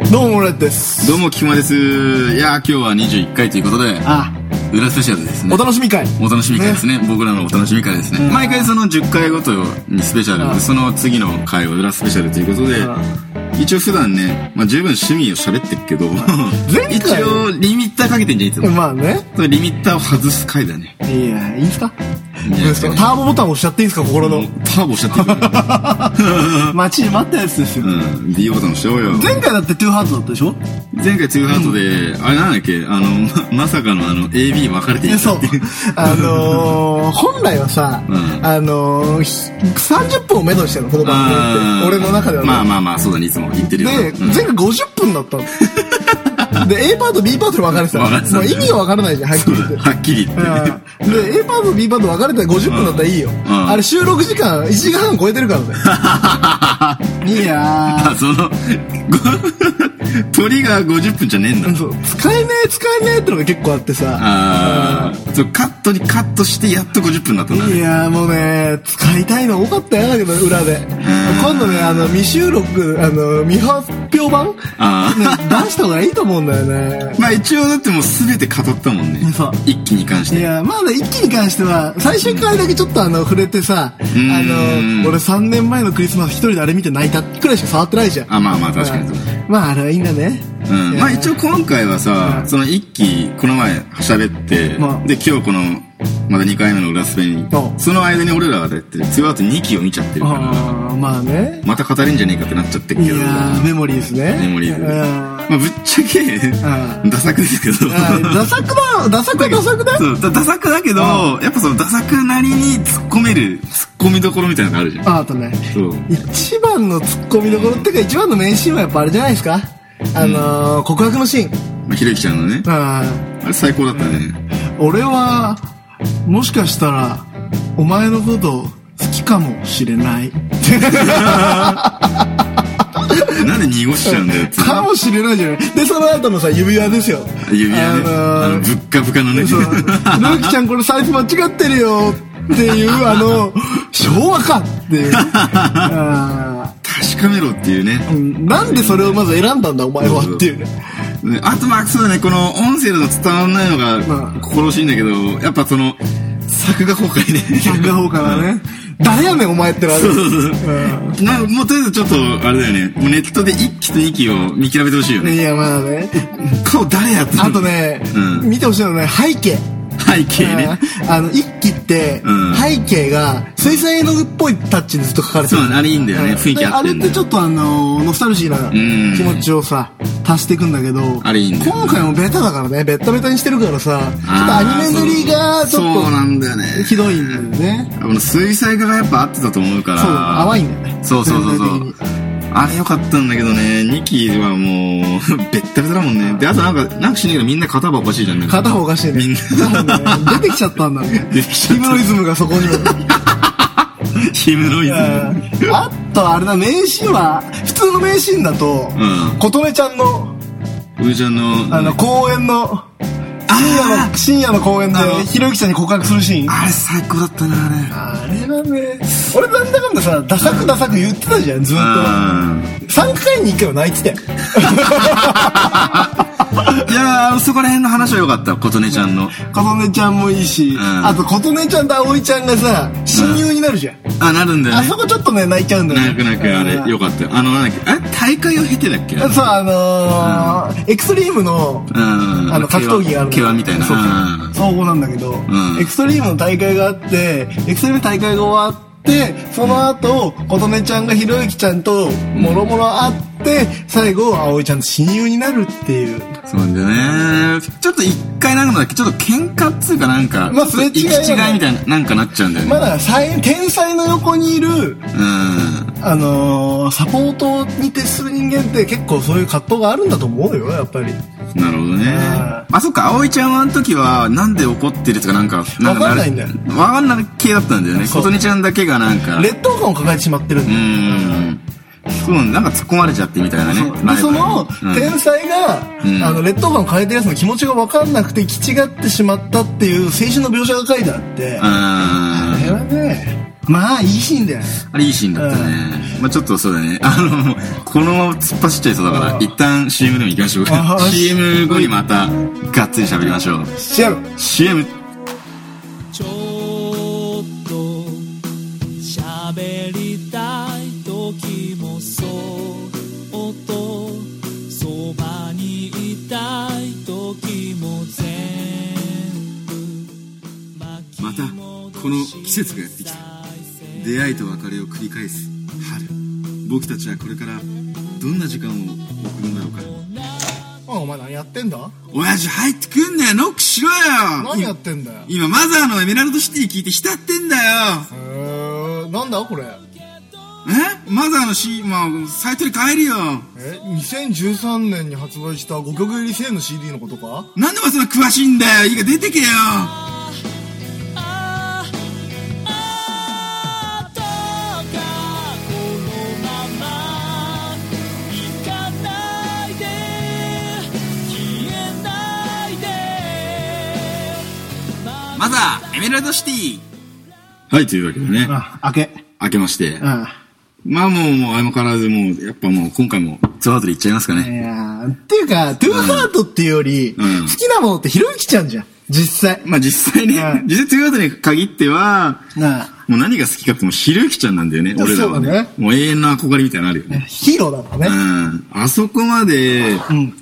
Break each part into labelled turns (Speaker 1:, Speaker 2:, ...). Speaker 1: です
Speaker 2: どうも、菊間です。いやー、今日は21回ということで、
Speaker 1: あ
Speaker 2: 裏スペシャルですね
Speaker 1: お。楽しみ会
Speaker 2: お楽しみ会ですね僕らのお楽しみ会ですね。毎回その10回ごとにスペシャル、
Speaker 1: うん
Speaker 2: その次の回は裏スペシャルということで、一応普段ね、まあ十分趣味を喋ってるけど、
Speaker 1: 前
Speaker 2: 一
Speaker 1: 回
Speaker 2: 応リミッターかけてんじゃん、いつも。
Speaker 1: まあね
Speaker 2: それリミッターを外す回だね。
Speaker 1: いやいいんすか
Speaker 2: いいんじゃないです
Speaker 1: タ
Speaker 2: かね
Speaker 1: ーボボタン押しちゃっていいんすか心
Speaker 2: もう
Speaker 1: の
Speaker 2: ターボしちゃって るから。
Speaker 1: 待ちに待ったやつですよ
Speaker 2: うん、D ボタン押しちゃおうよ。
Speaker 1: 前回だってトゥーハートだったでしょ
Speaker 2: 前回ツーハートで、あれなんだっけ、あの、ままさかのあの、AB 分かれてい
Speaker 1: い
Speaker 2: た
Speaker 1: やそう
Speaker 2: っていう。
Speaker 1: あのー、本来はさ、
Speaker 2: うん
Speaker 1: あのー、ひ30分を目処にしてるのこの番組って俺の中ではね
Speaker 2: まあまあまあ、そうだね、いつも言ってるよ。
Speaker 1: で、
Speaker 2: うん
Speaker 1: 前回50分だった ので A パート B パートに分かれてたの
Speaker 2: 分かれてた
Speaker 1: もう意味が分からないじゃんはっき
Speaker 2: そう
Speaker 1: り
Speaker 2: だ
Speaker 1: 言って
Speaker 2: はっきり言って。
Speaker 1: うんで A パート B パート分かれて50分だったらいいよ、
Speaker 2: ん
Speaker 1: あれ収録時間1時間半超えてるからね いや
Speaker 2: あ、その、 ご鳥が50分じゃねえんだ
Speaker 1: ー。 そう使えねえ使えねえってのが結構あってさ
Speaker 2: ああ、そう、カットにカットしてやっと50分だったな。
Speaker 1: いやーもうね使いたいの多かったよだけど裏で今度ねあの未収録あの未発表版、ね、
Speaker 2: あー
Speaker 1: 出した方がいいと思うんだよ ね
Speaker 2: まあ一応だってもう全て語ったもんね
Speaker 1: そう。
Speaker 2: 一気に関し
Speaker 1: い
Speaker 2: て。
Speaker 1: や、まだ一気に関しては、最終回だけちょっとあの、触れてさ、あの、俺3年前のクリスマス一人であれ見て泣いたくらいしか触ってないじゃん。
Speaker 2: あ、まあまあ確かにそう。
Speaker 1: まあ、あれはいいんだね。
Speaker 2: うん、まあ一
Speaker 1: 応。
Speaker 2: 応今回はさ、その一期この前喋って、
Speaker 1: まあ
Speaker 2: で今日このまだ2回目の裏スペに
Speaker 1: う、ん
Speaker 2: その間に俺らがだって2アウト2期を見ちゃってるから、
Speaker 1: あーまあね。
Speaker 2: また語れんじゃねえかってなっちゃってる
Speaker 1: い
Speaker 2: け
Speaker 1: や
Speaker 2: ど、
Speaker 1: ー、メモリーですね。
Speaker 2: メモリーズ。
Speaker 1: あ
Speaker 2: まあぶっちゃけ、
Speaker 1: ん
Speaker 2: ダサくですけど。
Speaker 1: ー ダサくだ、ダサくはダサくだよ。
Speaker 2: そう、だダサくだけど、やっぱそのダサくなりに突っ込める、突っ込みどころみたいなのがあるじゃん。
Speaker 1: ああとね、
Speaker 2: そう。
Speaker 1: 一番のツッコミどころっていうか、一番の名シーンはやっぱあれじゃないですか。あのー、告白のシーン。
Speaker 2: まあ、ひろゆきちゃんのね、
Speaker 1: あー
Speaker 2: あれ最高だった ね。
Speaker 1: 俺はもしかしたらお前のこと好きかもしれ ない
Speaker 2: なんで濁しちゃうんだよって。
Speaker 1: かもしれないじゃないでその後のさ指輪ですよ
Speaker 2: 指輪ね、あ
Speaker 1: あ
Speaker 2: の、
Speaker 1: のー
Speaker 2: ぶっかぶかのね。
Speaker 1: そう「ルーキちゃんこれ財布間違ってるよ」っていうあの昭和かっていうあ
Speaker 2: 確かめろっていうね。
Speaker 1: ーうんなんでそれをまず選んだんだお前はっていうね
Speaker 2: ねあとまあそうだね、この音声だと伝わんないの
Speaker 1: ま
Speaker 2: が
Speaker 1: あ
Speaker 2: 心惜しいんだけど、やっぱその、作画崩壊ね。
Speaker 1: 作画方からね誰やねんお前ってなる
Speaker 2: そうそうそう。なもうとりあえずちょっと、あれだよね、もうネットで1期と2期を見極めてほしいよね。
Speaker 1: いやまあね
Speaker 2: 顔誰やって
Speaker 1: あとね、
Speaker 2: うん
Speaker 1: 見てほしいのはね背景
Speaker 2: 背景ね。
Speaker 1: あの、一期って
Speaker 2: うん、
Speaker 1: 背景が、水彩絵の具っぽいタッチでずっと描かれて
Speaker 2: そ
Speaker 1: る。
Speaker 2: う、あれいいんだよね、雰囲気
Speaker 1: で
Speaker 2: あ
Speaker 1: あ
Speaker 2: って
Speaker 1: れっ
Speaker 2: んだ
Speaker 1: て
Speaker 2: よ
Speaker 1: ち。ょっとあの、ノスタルジーな
Speaker 2: うん
Speaker 1: 気持ちをさ、足していくんだけど、
Speaker 2: あれいいんだよ
Speaker 1: 今回もベタだからね、ベッタベタにしてるからさ、ちょっと
Speaker 2: あー
Speaker 1: アニメ塗りが、ちょ
Speaker 2: そう
Speaker 1: っ
Speaker 2: なんだよね
Speaker 1: と、。ひどいんだよね。
Speaker 2: あの、水彩画がやっぱ合ってたと思うから。
Speaker 1: そう、淡いんだよね。
Speaker 2: そうそうそうそ
Speaker 1: 全
Speaker 2: う
Speaker 1: 体的に。
Speaker 2: あれ良かったんだけどね、2期はもう、 べったべただもんね。で、あとなんか、なんかしねえけどみんな片方おかしいじゃん。なんか
Speaker 1: 片 方おかしいね。
Speaker 2: みん
Speaker 1: そうね出てきちゃったんだね。
Speaker 2: 出てきちゃ
Speaker 1: ヒ
Speaker 2: った
Speaker 1: ムロイズムがそこにも。
Speaker 2: ヒムロイズム。
Speaker 1: あとあれだ、名シーンは、普通の名シーンだと、
Speaker 2: うん
Speaker 1: 琴音ちゃんの、
Speaker 2: うーちゃんの、
Speaker 1: あの、公園の、深夜の、深夜の公園で
Speaker 2: あの、
Speaker 1: ひろゆきさんに告白するシーン。
Speaker 2: あれ最高だったな、あれ。
Speaker 1: あれはね、俺なんだかんださ、ダサくダサく言ってたじゃん、ずっと。
Speaker 2: う
Speaker 1: 3回に1回は泣いてたよ。
Speaker 2: ん。いやーあの、そこら辺の話は良かった、琴音ちゃんの。
Speaker 1: 琴音ちゃんもいいし、
Speaker 2: ん
Speaker 1: あと琴音ちゃんと葵ちゃんがさ、親友になるじゃん。
Speaker 2: あ、なるんだよ
Speaker 1: あ
Speaker 2: ね
Speaker 1: そ。こちょっとね、泣いちゃうんだよ
Speaker 2: な
Speaker 1: ね。
Speaker 2: くなく、あれ、良かったよ。あの、なんだっけ、あれ、大会を経てだっけあれ
Speaker 1: そう、あのーエクストリームの、
Speaker 2: うん。
Speaker 1: あの格闘技があるの
Speaker 2: 毛輪みたいな。
Speaker 1: そう
Speaker 2: うん
Speaker 1: そう総合なんだけど、
Speaker 2: ん
Speaker 1: エクストリームの大会があってエクストリーム大会が終わってその後琴音ちゃんがひろゆきちゃんともろもろ会って最後葵ちゃんと親友になるっていう
Speaker 2: そうなんだよね。ちょっと一回なんかだっけ、ちょっと喧嘩っつうかなんか、
Speaker 1: まあすれ違い
Speaker 2: 行き違い
Speaker 1: だね
Speaker 2: みたいな、なんかなっちゃうんだよね。
Speaker 1: まだ才天才の横にいる、
Speaker 2: うん。
Speaker 1: あのーサポートに徹する人間って結構そういう葛藤があるんだと思うよやっぱり
Speaker 2: なるほどね
Speaker 1: あ。
Speaker 2: あ、そっか、葵ちゃんはあの時は、なんで怒ってるとかなんか、なん
Speaker 1: わかんないんだよ
Speaker 2: わかんない系だったんだよね。
Speaker 1: そ
Speaker 2: 琴
Speaker 1: う
Speaker 2: 音ちゃんだけがなんか、
Speaker 1: 劣等感を抱えてしまってるん
Speaker 2: う
Speaker 1: で、
Speaker 2: ん。そう、なんか突っ込まれちゃってみたいなね。
Speaker 1: でその
Speaker 2: うん
Speaker 1: 天才が、
Speaker 2: うん
Speaker 1: あの劣等感を変えてるやつの気持ちが分かんなくて行き違ってしまったっていう青春の描写が書いてあって、
Speaker 2: うん
Speaker 1: あれはねまあ、いいシーンだよ。
Speaker 2: あれいいシーンだったね。まあちょっとそうだね。あの、もうこのまま突っ走っちゃいそうだから
Speaker 1: あ、ー
Speaker 2: 一旦 CM でも行きましょう
Speaker 1: あ
Speaker 2: か。
Speaker 1: ー
Speaker 2: CM 後にまた、がっつり喋りましょう。
Speaker 1: シェロ
Speaker 2: CM!
Speaker 3: ちょっと喋りたい時もそっとそばにいたい時も全部
Speaker 2: またこの季節がやってきた出会いと別れを繰り返す春僕たちはこれからどんな時間を送るんだろうか
Speaker 1: あ、お前何やってんだ
Speaker 2: 親父入ってくんなよノックしろよ
Speaker 1: 何やってんだよ。
Speaker 2: 今マザーのエメラルドシティ聞いて浸ってんだよ
Speaker 1: えー、なんだこれ。
Speaker 2: えマザーのシーまあサイトに変えるよ
Speaker 1: え、2013年に発売した5曲入り1000の CD のことか
Speaker 2: なんでお前そんな詳しいんだよいいから出てけよ
Speaker 3: ああどうかこのまま行かないで消えないで
Speaker 2: マザーエメラルドシティはいというわけでね
Speaker 1: あ、開け。
Speaker 2: 明けまして
Speaker 1: うん。
Speaker 2: まあもうもう相変わらずもうやっぱもう今回もツアーズで行っちゃいますかね
Speaker 1: いやーっていうか、トゥーハートっていうより、
Speaker 2: うん
Speaker 1: 好きなものってひろゆきちゃんじゃん。実際。
Speaker 2: まあ実際ね
Speaker 1: うん、
Speaker 2: 実際ということに限っては、
Speaker 1: なあ、
Speaker 2: もう何が好きかってもうひろゆきちゃんなんだよね、
Speaker 1: そう
Speaker 2: 俺らは
Speaker 1: そうだね
Speaker 2: ね。もう永遠の憧れみたいなのあるよね。
Speaker 1: ヒーローだから
Speaker 2: う
Speaker 1: ね。
Speaker 2: ん。あそこまで、
Speaker 1: うん。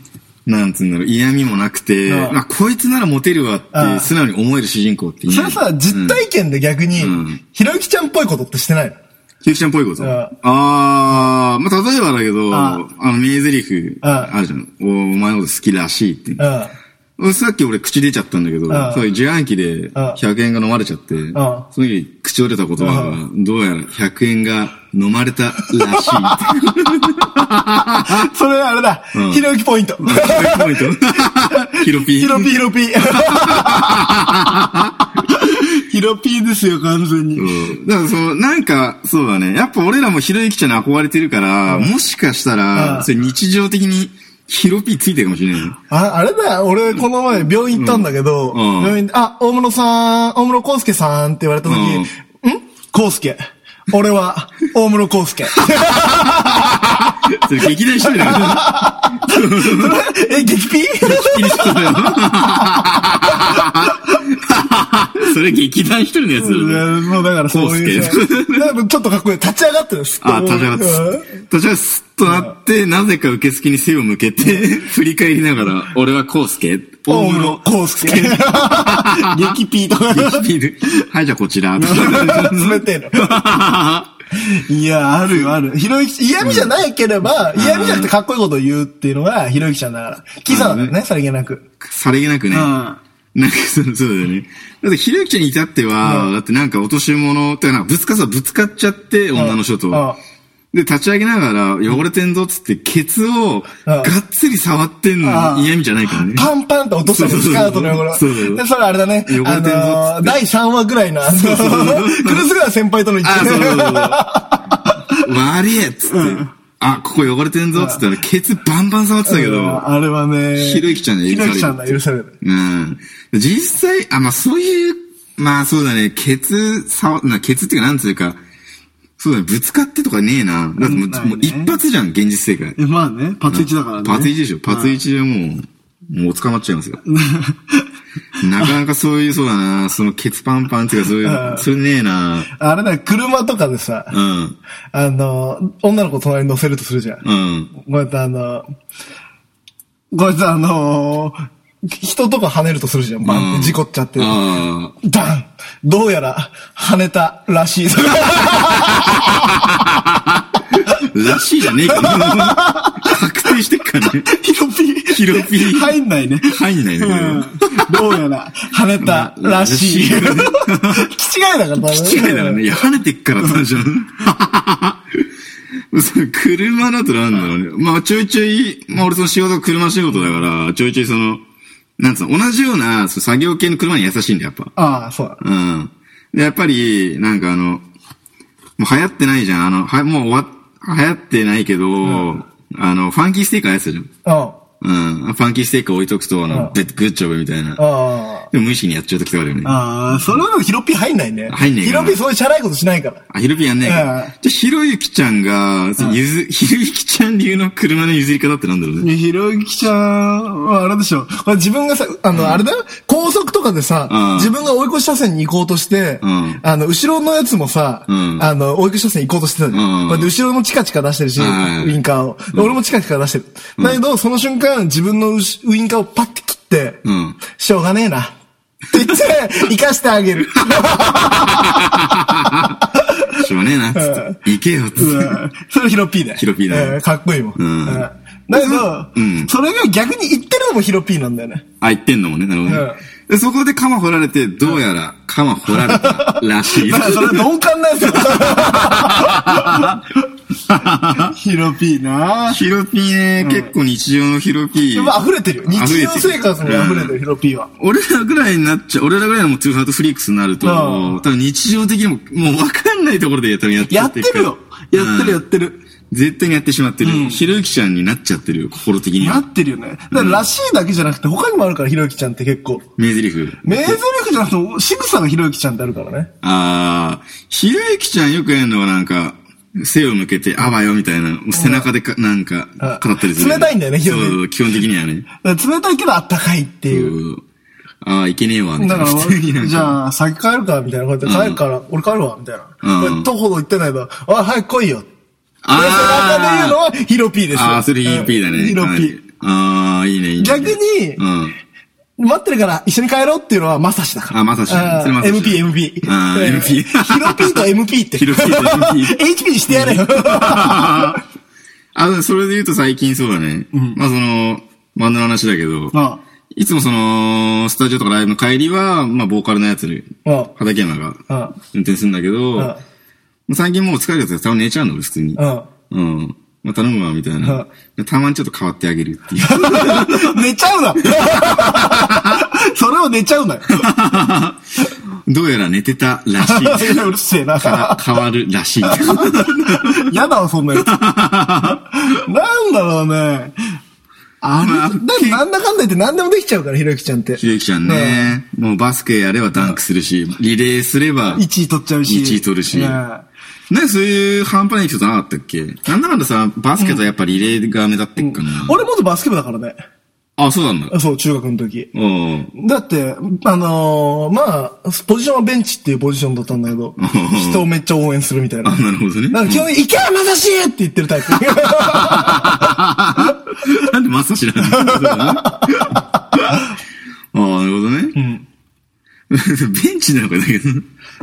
Speaker 2: なんつうんだろう、嫌味もなくて、
Speaker 1: うん
Speaker 2: まあこいつならモテるわっ
Speaker 1: う
Speaker 2: て
Speaker 1: ん
Speaker 2: 素直に思える主人公っていない
Speaker 1: それさ、実
Speaker 2: うんひ
Speaker 1: 体験で逆に、
Speaker 2: うん
Speaker 1: ひろゆきちゃんっぽいことってしてないの
Speaker 2: ろゆきちゃんっぽいこと。
Speaker 1: うん
Speaker 2: ああー、まあ例えばだけど、
Speaker 1: ん
Speaker 2: あの名台詞あるじゃん。おお前のこと好きらしいって。
Speaker 1: うん。
Speaker 2: さっき俺口出ちゃったんだけど、
Speaker 1: ん
Speaker 2: そういう自販機で100円が飲まれちゃって、その時に口折れた言葉
Speaker 1: う
Speaker 2: が、どうやら100円が飲まれたらしい。
Speaker 1: あ、 それあれだ。
Speaker 2: うん
Speaker 1: ひろゆきポイント。
Speaker 2: ポイント。 ヒロピ
Speaker 1: ヒロ
Speaker 2: ー。
Speaker 1: ピーヒ ロピー。ヒロピーですよ、完全に。
Speaker 2: うんだからその、なんか、そうだね。やっぱ俺らもひろゆきちゃんに憧れてるから、もしかした
Speaker 1: うん
Speaker 2: ら、それ日常的にヒロピーついてるかもしれないよ。
Speaker 1: あ、あれだよ、俺、この前、病院行ったんだけど、
Speaker 2: んうん
Speaker 1: 病院で、あ、大室さん、大室康介さんって言われた時、
Speaker 2: うん
Speaker 1: ん康介。俺は、大室康介。
Speaker 2: それ劇団してるよ。
Speaker 1: え、激ピ
Speaker 2: 気にしてたよ それ劇団一人のやつだよね。
Speaker 1: ー もうだからそういうさ。
Speaker 2: 康
Speaker 1: だ からちょっとかっこいい。立ち上がってるすっと
Speaker 2: あ、立ち上がって
Speaker 1: うん、
Speaker 2: 立ち上がってスッとなって、なぜか受付に背を向けて、振り返りながら、俺はコウスケ、
Speaker 1: 大
Speaker 2: 大室、
Speaker 1: 室康介。 激ピーとか、
Speaker 2: いるはい、じゃあこち ら。
Speaker 1: 冷て る。いや、あるよ、ある。ひろゆき、嫌味じゃないければ、嫌味じゃなくてかっこいいことを言うっていうのが、ひろゆきちゃんだから。キザなんだよね、さりげなく。
Speaker 2: さりげなくね。なんかそう、そうだよね。だって、ひろゆきちゃんに至っては、だってなんか落とし物、てかなんかぶつかさ、ぶつかっちゃって、女の人と。
Speaker 1: うん
Speaker 2: で、立ち上げながら、汚れてんぞっつって、ケツを、がっつり触ってんの
Speaker 1: うん
Speaker 2: に嫌味じゃないからね。
Speaker 1: パンパンと落とすんです、スカートの汚れを。
Speaker 2: そうそうそう
Speaker 1: で、それあれだね。あ
Speaker 2: 汚れてんぞっつって
Speaker 1: のー、第3話ぐらいの、あのー、クルス川先輩との一
Speaker 2: あ、
Speaker 1: 致
Speaker 2: そうそうそう。悪いっつって。あ、ここ汚れてんぞっつったら、ケツバンバン触ってたけど。
Speaker 1: あれはね、
Speaker 2: ひろゆきちゃんで
Speaker 1: ひ
Speaker 2: 許
Speaker 1: ろ
Speaker 2: され
Speaker 1: ゆ
Speaker 2: る
Speaker 1: きちゃんが許される。
Speaker 2: うん。実際、あ、まあそういう、まあそうだね、ケツ触、な、ケツっていうかなんつうか、そうだね、ぶつかってとかねえな。だってもう、
Speaker 1: ないね
Speaker 2: もう一発じゃん、現実世界。
Speaker 1: まあね、パツイチだからね
Speaker 2: パツイチでしょ。パツイチでもう、もう捕まっちゃ いますよ。なかなかそういう、そうだな、そのケツパンパンっていうか、そういう、それねえな。
Speaker 1: あれだよ、車とかでさ、
Speaker 2: うん。
Speaker 1: あのー、女の子隣に乗せるとするじゃん。
Speaker 2: うん。
Speaker 1: こうやってあのー、こいつあのー、人とか跳ねるとするじゃん。バンって事故っちゃって。
Speaker 2: ああ。
Speaker 1: ダンどうやら、跳ねたらしい。
Speaker 2: らしいじゃねえか。 確定してっからね。
Speaker 1: ヒロピー。
Speaker 2: ヒロピー。
Speaker 1: 入んないね。
Speaker 2: 入んないね。これは
Speaker 1: どうやら、跳ねたらしい。 気違いだからね。
Speaker 2: 違いだからね。いや、跳ねてっからなんじゃん。 その車だとなんだろうね。まあ、ちょいちょい、まあ、俺その仕事が車仕事だから、ちょいちょいその、なんつうの、同じような、その作業系の車に優しいんだよ、やっぱ。
Speaker 1: ああ、そうだ。
Speaker 2: うん。で、やっぱり、なんかあの、もう流行ってないじゃん。あの、は、もう終わっ、流行ってないけど、あの、ファンキーステーカーやってたじ
Speaker 1: う
Speaker 2: ゃん。
Speaker 1: ん。
Speaker 2: うん。パンキーステーキ置いとくと、あ
Speaker 1: う
Speaker 2: の
Speaker 1: ん、
Speaker 2: で、グッジョブみたいな。
Speaker 1: あ
Speaker 2: でも無意識にやっちゃう時とかあるよね。あ、
Speaker 1: あ。ああ、それはでもヒロピー入んないね。
Speaker 2: 入んねえ
Speaker 1: ヒ
Speaker 2: かな
Speaker 1: ロピーそういうチャラいことしないから。
Speaker 2: ひろぴやんね
Speaker 1: う
Speaker 2: え
Speaker 1: ん
Speaker 2: か。じゃあ、ひろゆきちゃんが、そのゆず、 ひろゆきちゃん流の車の譲り方ってなんだろうね。
Speaker 1: ひろゆきちゃんはあれでしょ。これ自分がさ、あの、あれだよ高速とかでさ、
Speaker 2: うん
Speaker 1: 自分が追い越し車線に行こうとして、
Speaker 2: うん
Speaker 1: あの、後ろのやつもさ、
Speaker 2: うん
Speaker 1: あの、追い越し車線行こうとしてたじゃん。
Speaker 2: うん
Speaker 1: こうやって後ろもチカチカ出してるし、
Speaker 2: はい
Speaker 1: ウインカーを。で俺もチカチカ出してる。だけど、その瞬間、自分のうしウインカーをパッて切って、
Speaker 2: うん
Speaker 1: しょうがねえな。って言って、生かしてあげる。
Speaker 2: しょうがねえな、つって。行けよ、つって。
Speaker 1: うんそれヒロピーだよ。
Speaker 2: ヒロピーだよ
Speaker 1: うんかっこいいもん。
Speaker 2: うん
Speaker 1: うんだけど、
Speaker 2: うん
Speaker 1: それが逆に言ってるのもヒロピーなんだよね。
Speaker 2: あ、言ってんのもね。なるほどねで。そこで鎌掘られて、どうやら鎌掘られたらしい。
Speaker 1: だからそれ鈍感なやつだ ヒロピーな
Speaker 2: ヒロピーね、結構日常のヒロピ
Speaker 1: でも
Speaker 2: ー。
Speaker 1: 溢れてるよ。日常生活に溢れてる、ヒロピーは。
Speaker 2: 俺らぐらいになっちゃう、俺らぐらいのもうトゥーハートフリークスになると、
Speaker 1: うん
Speaker 2: 多分日常的にも、もうわかんないところで多分やっち
Speaker 1: や
Speaker 2: ゃっ
Speaker 1: ってて
Speaker 2: るか
Speaker 1: る
Speaker 2: ら
Speaker 1: よ。やってるやってる。
Speaker 2: 絶対にやってしまって
Speaker 1: うん
Speaker 2: る。ひろゆきちゃんになっちゃってるよ、心的に
Speaker 1: な
Speaker 2: は。
Speaker 1: ってるよね。だかららしいだけじゃなくて他にもあるから、ヒロユキちゃんって結構。
Speaker 2: 名台詞。
Speaker 1: 名台詞じゃなくて、仕草がヒロユキちゃんってあるからね。
Speaker 2: あー、ひろゆきちゃんよくやるのはなんか、背を向けて、あばよみたいな、背中でか、なんか、語ったりする。
Speaker 1: 冷たいんだよねひ
Speaker 2: そ
Speaker 1: ろゆき
Speaker 2: う、基本的にはね。
Speaker 1: だから冷たいけどあったかいっていう。
Speaker 2: うんああ、いけねえわ、みた
Speaker 1: だ
Speaker 2: い
Speaker 1: か
Speaker 2: な。
Speaker 1: ら
Speaker 2: 普通にな
Speaker 1: 俺、
Speaker 2: んか。
Speaker 1: じゃあ、先帰るか、みたいな。こうやって帰るから、俺帰るわ、みたいな。
Speaker 2: うん
Speaker 1: とほど言ってないと、あ、早く来いよ。で、その中で言うの
Speaker 2: あ
Speaker 1: はヒロピーで
Speaker 2: ー、
Speaker 1: すよ。
Speaker 2: あーそれ EP だ
Speaker 1: うん
Speaker 2: ね。
Speaker 1: ヒロピー。
Speaker 2: ああ、いいね、いいね。
Speaker 1: 逆に
Speaker 2: うん。
Speaker 1: 待ってるから一緒に帰ろうっていうのはまさしだから。
Speaker 2: あまさし
Speaker 1: うん
Speaker 2: それまさし
Speaker 1: MP、MP。
Speaker 2: あ
Speaker 1: う
Speaker 2: ー
Speaker 1: ん
Speaker 2: MP
Speaker 1: ヒロピーと MP って。
Speaker 2: ヒロピーと MP
Speaker 1: HP にしてやれよ。
Speaker 2: ああ、それで言うと最近そうだね。まあその、バンドの話だけど、
Speaker 1: あ
Speaker 2: いつもその、スタジオとかライブの帰りは、まあボーカルのやつに、
Speaker 1: あ
Speaker 2: 畠山が
Speaker 1: あ
Speaker 2: 運転するんだけど、
Speaker 1: あ
Speaker 2: もう最近もう疲れちゃって多分寝ちゃうの、俺普通に。
Speaker 1: あ
Speaker 2: うん。まあ頼むわ、みたいな。でたまにちょっと変わってあげるっていう。
Speaker 1: 寝ちゃうな それを寝ちゃうなよ。
Speaker 2: どうやら寝てたらしい。
Speaker 1: いやうるせえな。
Speaker 2: から変わるらしい。
Speaker 1: 嫌だわ、そん なやつ。なんだろうね。あれ、
Speaker 2: ま
Speaker 1: だ
Speaker 2: あ
Speaker 1: ってなんだかんだ言って何でもできちゃうから、ひろゆきちゃんって。
Speaker 2: ひろゆきちゃんね。もうバスケやればダンクするし、リレーすれば、
Speaker 1: 1位取っちゃうし。
Speaker 2: 1位取るし
Speaker 1: いや
Speaker 2: ね、そういう半端ない人じゃなかったっけなんだかんださ、バスケとやっぱリレーが目立ってっかな。
Speaker 1: 俺元バスケ部だからね。
Speaker 2: あ、そうなんだ。
Speaker 1: そう、中学の時。
Speaker 2: うん。
Speaker 1: だって、あのーまあ、ポジションはベンチっていうポジションだったんだけ ど、人をめっちゃ応援するみたいな
Speaker 2: あ、。なるほどね。
Speaker 1: なんか基本的に、池谷正しって言ってる タイプ。
Speaker 2: うんなんでまさしなんだああ、なるほどね。 ベンチなのかだけど。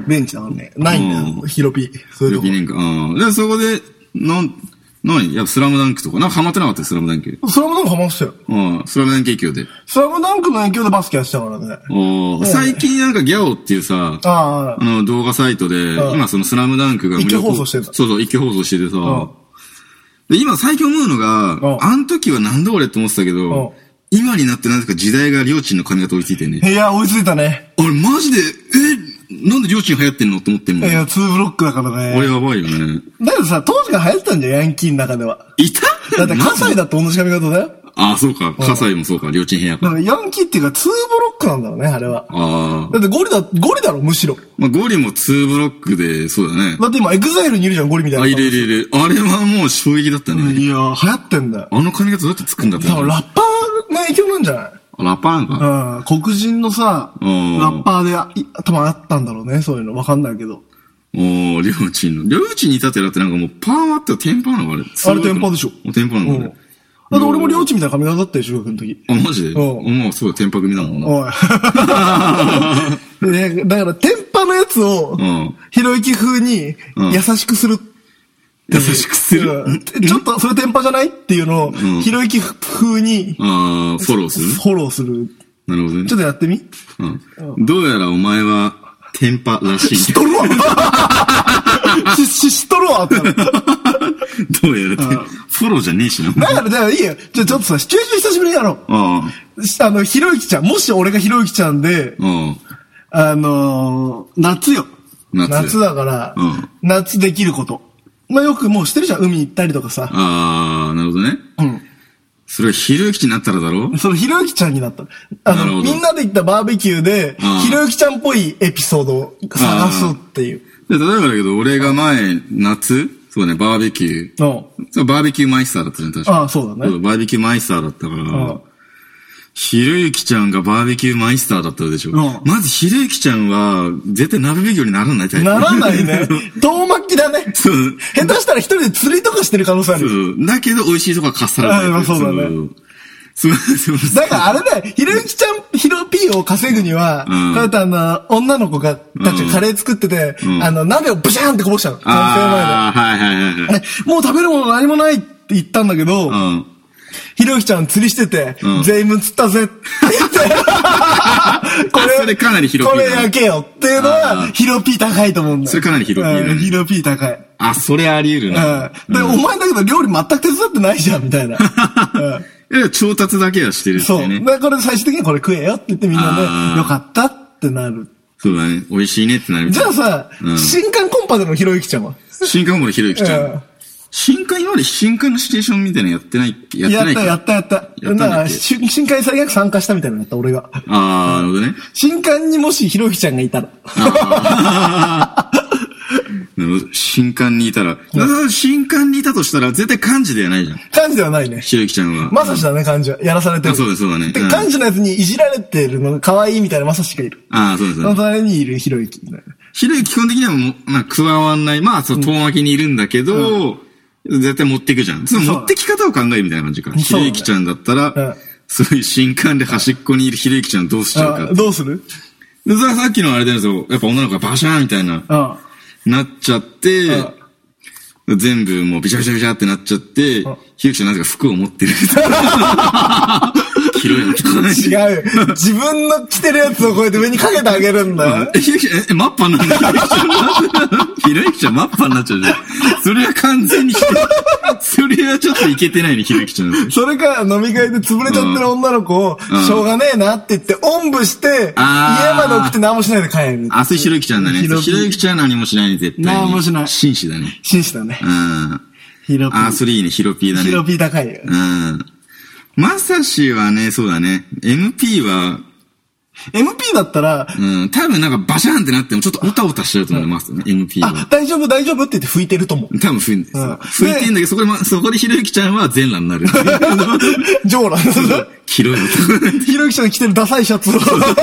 Speaker 1: ベンチだからね。ないんだよ、
Speaker 2: うん
Speaker 1: ヒロピ。そういうと
Speaker 2: 6年間。うん。で、そこで、なん、何やっぱスラムダンクとか。なんかハマってなかったよスラムダンク。
Speaker 1: こ。スラムダンクハマってたよ。
Speaker 2: うん。スラムダンク影響で。
Speaker 1: スラムダンクの影響でバスケやってたからね。
Speaker 2: おー最近なんかギャオっていうさ、
Speaker 1: ああ
Speaker 2: あ、の、動画サイトで、
Speaker 1: ああ
Speaker 2: 今そのスラムダンクが無料
Speaker 1: 一挙放送してんだ
Speaker 2: そうそう、一挙放送してて
Speaker 1: あ
Speaker 2: さ。で、今最近思うの
Speaker 1: あ
Speaker 2: が、
Speaker 1: あ
Speaker 2: あの時はなんだ俺って思ってたけ
Speaker 1: ああ
Speaker 2: ど、今になってなんか時代がりょーちんの髪型追いついてんね。
Speaker 1: いや、追いついたね。
Speaker 2: 俺マジで、え、なんでりょーちん流行ってんのって思ってん
Speaker 1: い
Speaker 2: もん。
Speaker 1: や、2ブロックだから
Speaker 2: 俺
Speaker 1: ね。
Speaker 2: やばいよね。
Speaker 1: だけどさ、当時が流行ってたんじゃん、ヤンキーの中では。
Speaker 2: い た
Speaker 1: だって、関西だって同じ髪型だよ。
Speaker 2: ああ、そうか。葛西もそうか。りょーちん部屋
Speaker 1: だ
Speaker 2: か。
Speaker 1: から、ヤンキーっていうか、2ブロックなんだろうね、あれは。
Speaker 2: ああ。
Speaker 1: だって、ゴリだ、ゴリだろ、むしろ。
Speaker 2: まあ、ゴリも2ブロックで、そうだね。
Speaker 1: だって今、エグザイルにいるじゃん、ゴリみたいな。
Speaker 2: あ、いるいるいる。あれはもう衝撃だった
Speaker 1: うん
Speaker 2: ね。
Speaker 1: いや、流行ってんだよ。
Speaker 2: あの髪型どうやってつくんだって。
Speaker 1: 多分、ラ
Speaker 2: ラ
Speaker 1: ッパーの影響なんじゃない
Speaker 2: ッパーなんか。
Speaker 1: うん、黒人のさ、ラ
Speaker 2: うん
Speaker 1: ッパーであ、い多分あったんだろうね、そういうの。わかんないけど。
Speaker 2: おー、りょうちんの。りょうちんに至ってだってなんかもうパーマってテンパなのあれ。
Speaker 1: あれテンパでしょ
Speaker 2: もうテンパな
Speaker 1: う
Speaker 2: のあ
Speaker 1: ん。だ
Speaker 2: れ
Speaker 1: っ。て俺も領地みたいな髪型だったよ、中学の時。
Speaker 2: あ、マジで
Speaker 1: うん
Speaker 2: もうそうだ、テンパ組だもんな。
Speaker 1: おい。ねだから、テンパのやつを、
Speaker 2: ん
Speaker 1: ひろゆき風に
Speaker 2: うん
Speaker 1: 優しくするってい
Speaker 2: 優
Speaker 1: う。
Speaker 2: しくする。
Speaker 1: うんちょっと、それテンパじゃないっていうのを、
Speaker 2: ん
Speaker 1: ひろゆき風に
Speaker 2: あー、フォローする
Speaker 1: フォローする。
Speaker 2: なるほどね
Speaker 1: ちょっとやってみ
Speaker 2: うん。どうやらお前は、テンパ らし
Speaker 1: 知
Speaker 2: い
Speaker 1: っ。とるわ し、し、知っとるわってなる
Speaker 2: どうやらって、フォローじゃねえしな。
Speaker 1: だから、じゃあいいよ。じゃあちょっとさ、シチュエーション久しぶりにやろ
Speaker 2: あ
Speaker 1: う。しあの、ひろゆきちゃん、もし俺がひろゆきちゃんで、
Speaker 2: あ、うん。
Speaker 1: あのー夏よ。
Speaker 2: 夏
Speaker 1: だから、
Speaker 2: うん
Speaker 1: 夏できること。まあよくもうしてるじゃん、海行ったりとかさ。
Speaker 2: ああ、なるほどね。
Speaker 1: うん。
Speaker 2: それはひろゆきになったら だろ
Speaker 1: そのひろゆきちゃんになった。あ
Speaker 2: なる
Speaker 1: の、
Speaker 2: ほど
Speaker 1: みんなで行ったバーベキューで
Speaker 2: あ、あ
Speaker 1: ひろゆきちゃんっぽいエピソードを探すっていう
Speaker 2: で例えばだけど、俺が前、夏、そうね、バーベキュー。
Speaker 1: の。
Speaker 2: そうバーベキューマイスターだったじゃん、確か。
Speaker 1: ああ、そうだ
Speaker 2: そ
Speaker 1: ね。
Speaker 2: うバーベキューマイスターだったか
Speaker 1: あ
Speaker 2: ら、ひろゆきちゃんがバーベキューマイスターだったでしょ。
Speaker 1: ん
Speaker 2: まずひろゆきちゃんは、絶対鍋奉行にならないタイプ。
Speaker 1: ならないね。遠巻きだね。
Speaker 2: そう。
Speaker 1: 下手したら一人で釣りとかしてる可能性あ
Speaker 2: そう
Speaker 1: る。
Speaker 2: そう。だけど、美味しいとこはかっさら
Speaker 1: あ
Speaker 2: な
Speaker 1: まあ
Speaker 2: い。
Speaker 1: そうだね
Speaker 2: そう。そうそう。
Speaker 1: だからあれだよ、ひろゆきちゃん、ひろぴーを稼ぐには、
Speaker 2: うん
Speaker 1: こうやってあの、女の子が、たちがカレー作ってて、
Speaker 2: ん
Speaker 1: あの、鍋をブシャーンってこぼしたの。
Speaker 2: ああ、はいはいはいはい。
Speaker 1: 男性の前で。もう食べるもの何もないって言ったんだけど、
Speaker 2: うん。
Speaker 1: ひろゆきちゃん釣りしてて、
Speaker 2: うん
Speaker 1: 全員分釣ったぜ って言って。こ
Speaker 2: それかなりひろぴー
Speaker 1: こ
Speaker 2: だね
Speaker 1: れ焼けよっていうの
Speaker 2: あ
Speaker 1: は
Speaker 2: ー、
Speaker 1: ヒロピー高いと思うんだよ。
Speaker 2: それかなりひろぴーだね
Speaker 1: うんひろぴー高い。
Speaker 2: あ、それあり得るな。
Speaker 1: うん。で、お前だけど料理全く手伝ってないじゃん、みたい な。うん
Speaker 2: いや、調達だけはしてるって
Speaker 1: そ
Speaker 2: いう
Speaker 1: う。
Speaker 2: ね。
Speaker 1: だから最終的にこれ食えよって言ってみんなで、
Speaker 2: あー
Speaker 1: よかったってなる。
Speaker 2: そうだね。美味しいねってなる。
Speaker 1: じゃあ、さ、
Speaker 2: うん
Speaker 1: 新刊コンパでのひろゆきちゃんは
Speaker 2: 新刊もひろゆきちゃ
Speaker 1: うん
Speaker 2: ん。新刊今まで新刊のシチュエーションみたいなのやってない、やって
Speaker 1: や
Speaker 2: な
Speaker 1: っ
Speaker 2: い
Speaker 1: た
Speaker 2: か
Speaker 1: やったやった。
Speaker 2: やったん
Speaker 1: だ
Speaker 2: だっけ
Speaker 1: から、し新刊最悪参加したみたいなのやった、俺が。
Speaker 2: ああ、なるほど ね。
Speaker 1: 新刊にもしひろゆきちゃんがいたら。
Speaker 2: なるほど新刊にいたら。新刊にいたとしたら、絶対漢字ではないじゃん。
Speaker 1: 感じではないね。
Speaker 2: ひろゆきちゃんは。
Speaker 1: まさしだね、感じは。やらされてる。
Speaker 2: あそうだそうだね
Speaker 1: で
Speaker 2: うん
Speaker 1: 感じのやつにいじられてるのが可愛いみたいなまさしがいる。
Speaker 2: ああ、そうです
Speaker 1: そ
Speaker 2: ね
Speaker 1: の。隣にいるひろゆき。
Speaker 2: ひろゆき基本的にはもう、まあ、加わんない。まあ、そう、遠巻きにいるんだけど、絶対持ってくじゃん。その
Speaker 1: そう
Speaker 2: 持ってき方を考えるみたいな感じか。
Speaker 1: ね
Speaker 2: ひろゆきちゃんだった
Speaker 1: うん
Speaker 2: ら、そういう新刊で端っこにいるひろゆきちゃんどうしちゃうか
Speaker 1: あ。どうする
Speaker 2: でささっきのあれだよ、そうやっぱ女の子がバシャーンみたいな、
Speaker 1: あ
Speaker 2: なっちゃって、全部もうビシャビシャビシャってなっちゃって、ひろゆきちゃんなぜか服を持ってる。 広いの着こない
Speaker 1: 違う。自分の着てるやつをこうやって上にかけてあげるんだよ。
Speaker 2: え、ひろゆきちゃん、え、マッパになるのひろゆきちゃん、マッパになっちゃうじゃん。それは完全に、それはちょっといけてないね、ひろゆきちゃん。
Speaker 1: それか飲み会で潰れちゃってる女の子を、
Speaker 2: ん
Speaker 1: しょうがねえなって言って、おんぶして、家
Speaker 2: あー
Speaker 1: まで送って何もしないで帰る。
Speaker 2: あ、それひろゆきちゃんだね。
Speaker 1: ひ
Speaker 2: ひ
Speaker 1: ろ
Speaker 2: ろ
Speaker 1: ゆき
Speaker 2: ゆきちゃんは何もしないね、絶対に。
Speaker 1: 何もしない
Speaker 2: 紳士だね。
Speaker 1: 紳士だね
Speaker 2: う。ん。
Speaker 1: ヒロピ
Speaker 2: あ、
Speaker 1: ー。
Speaker 2: それいいね、ひろぴーだね。
Speaker 1: ヒロピー高いよ。
Speaker 2: うん。まさしはね、そうだね。MP は、
Speaker 1: MP だったら、
Speaker 2: うん、多分なんかバシャーンってなってもちょっとオタオタしちゃうと思いますね、MP
Speaker 1: あ
Speaker 2: は、。
Speaker 1: 大丈夫大丈夫って言って拭いてると思う。
Speaker 2: 多分吹いてる、
Speaker 1: うん
Speaker 2: 吹いてんだけど、そこでま、そこでひろゆきちゃんは全裸になる。
Speaker 1: ジョーラン。
Speaker 2: 黄色いの。
Speaker 1: ひろゆきちゃんの着てるダサいシャツを。ひろゆきち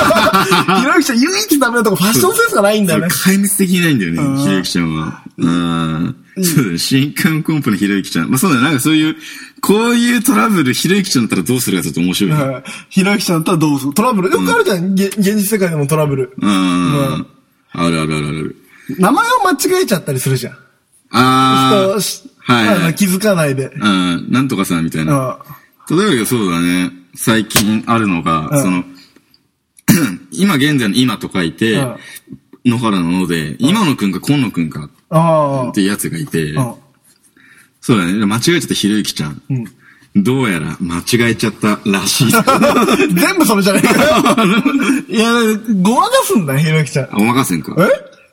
Speaker 1: ゃん唯一ダメなとこファッションセンスがないんだよね。
Speaker 2: 壊滅的にないんだよ
Speaker 1: ん
Speaker 2: ね、ひろゆきちゃんは。うん。そうだね、新刊コンプのひろゆきちゃん。まあそうだね、なんかそういう、こういうトラブル、ひろゆきちゃんだったらどうするかちょっと面白いね。
Speaker 1: うんひろゆきちゃんとはどうするトラブルよくあるじゃん、げ現実世界でもトラブル。
Speaker 2: うん。あるあるあるある。
Speaker 1: 名前を間違えちゃったりするじゃん。
Speaker 2: あ
Speaker 1: 人
Speaker 2: ー。
Speaker 1: し
Speaker 2: はいはい
Speaker 1: あの気づかないで。
Speaker 2: うん、なんとかさんみたいな。
Speaker 1: あ
Speaker 2: 例えばそうだね、最近あるのが、
Speaker 1: うん
Speaker 2: その、 今現在の今と書いて、
Speaker 1: うん
Speaker 2: 野原のので、今のくんか今野くんか
Speaker 1: あ
Speaker 2: っていうやつがいて、
Speaker 1: あ。
Speaker 2: そうだね、間違えちゃったひろゆきちゃん。どうやら間違えちゃったらし い。
Speaker 1: 全部それじゃないかよ。いや、ごまかすんだよ、ひろゆきちゃん。
Speaker 2: おまかせんか。
Speaker 1: え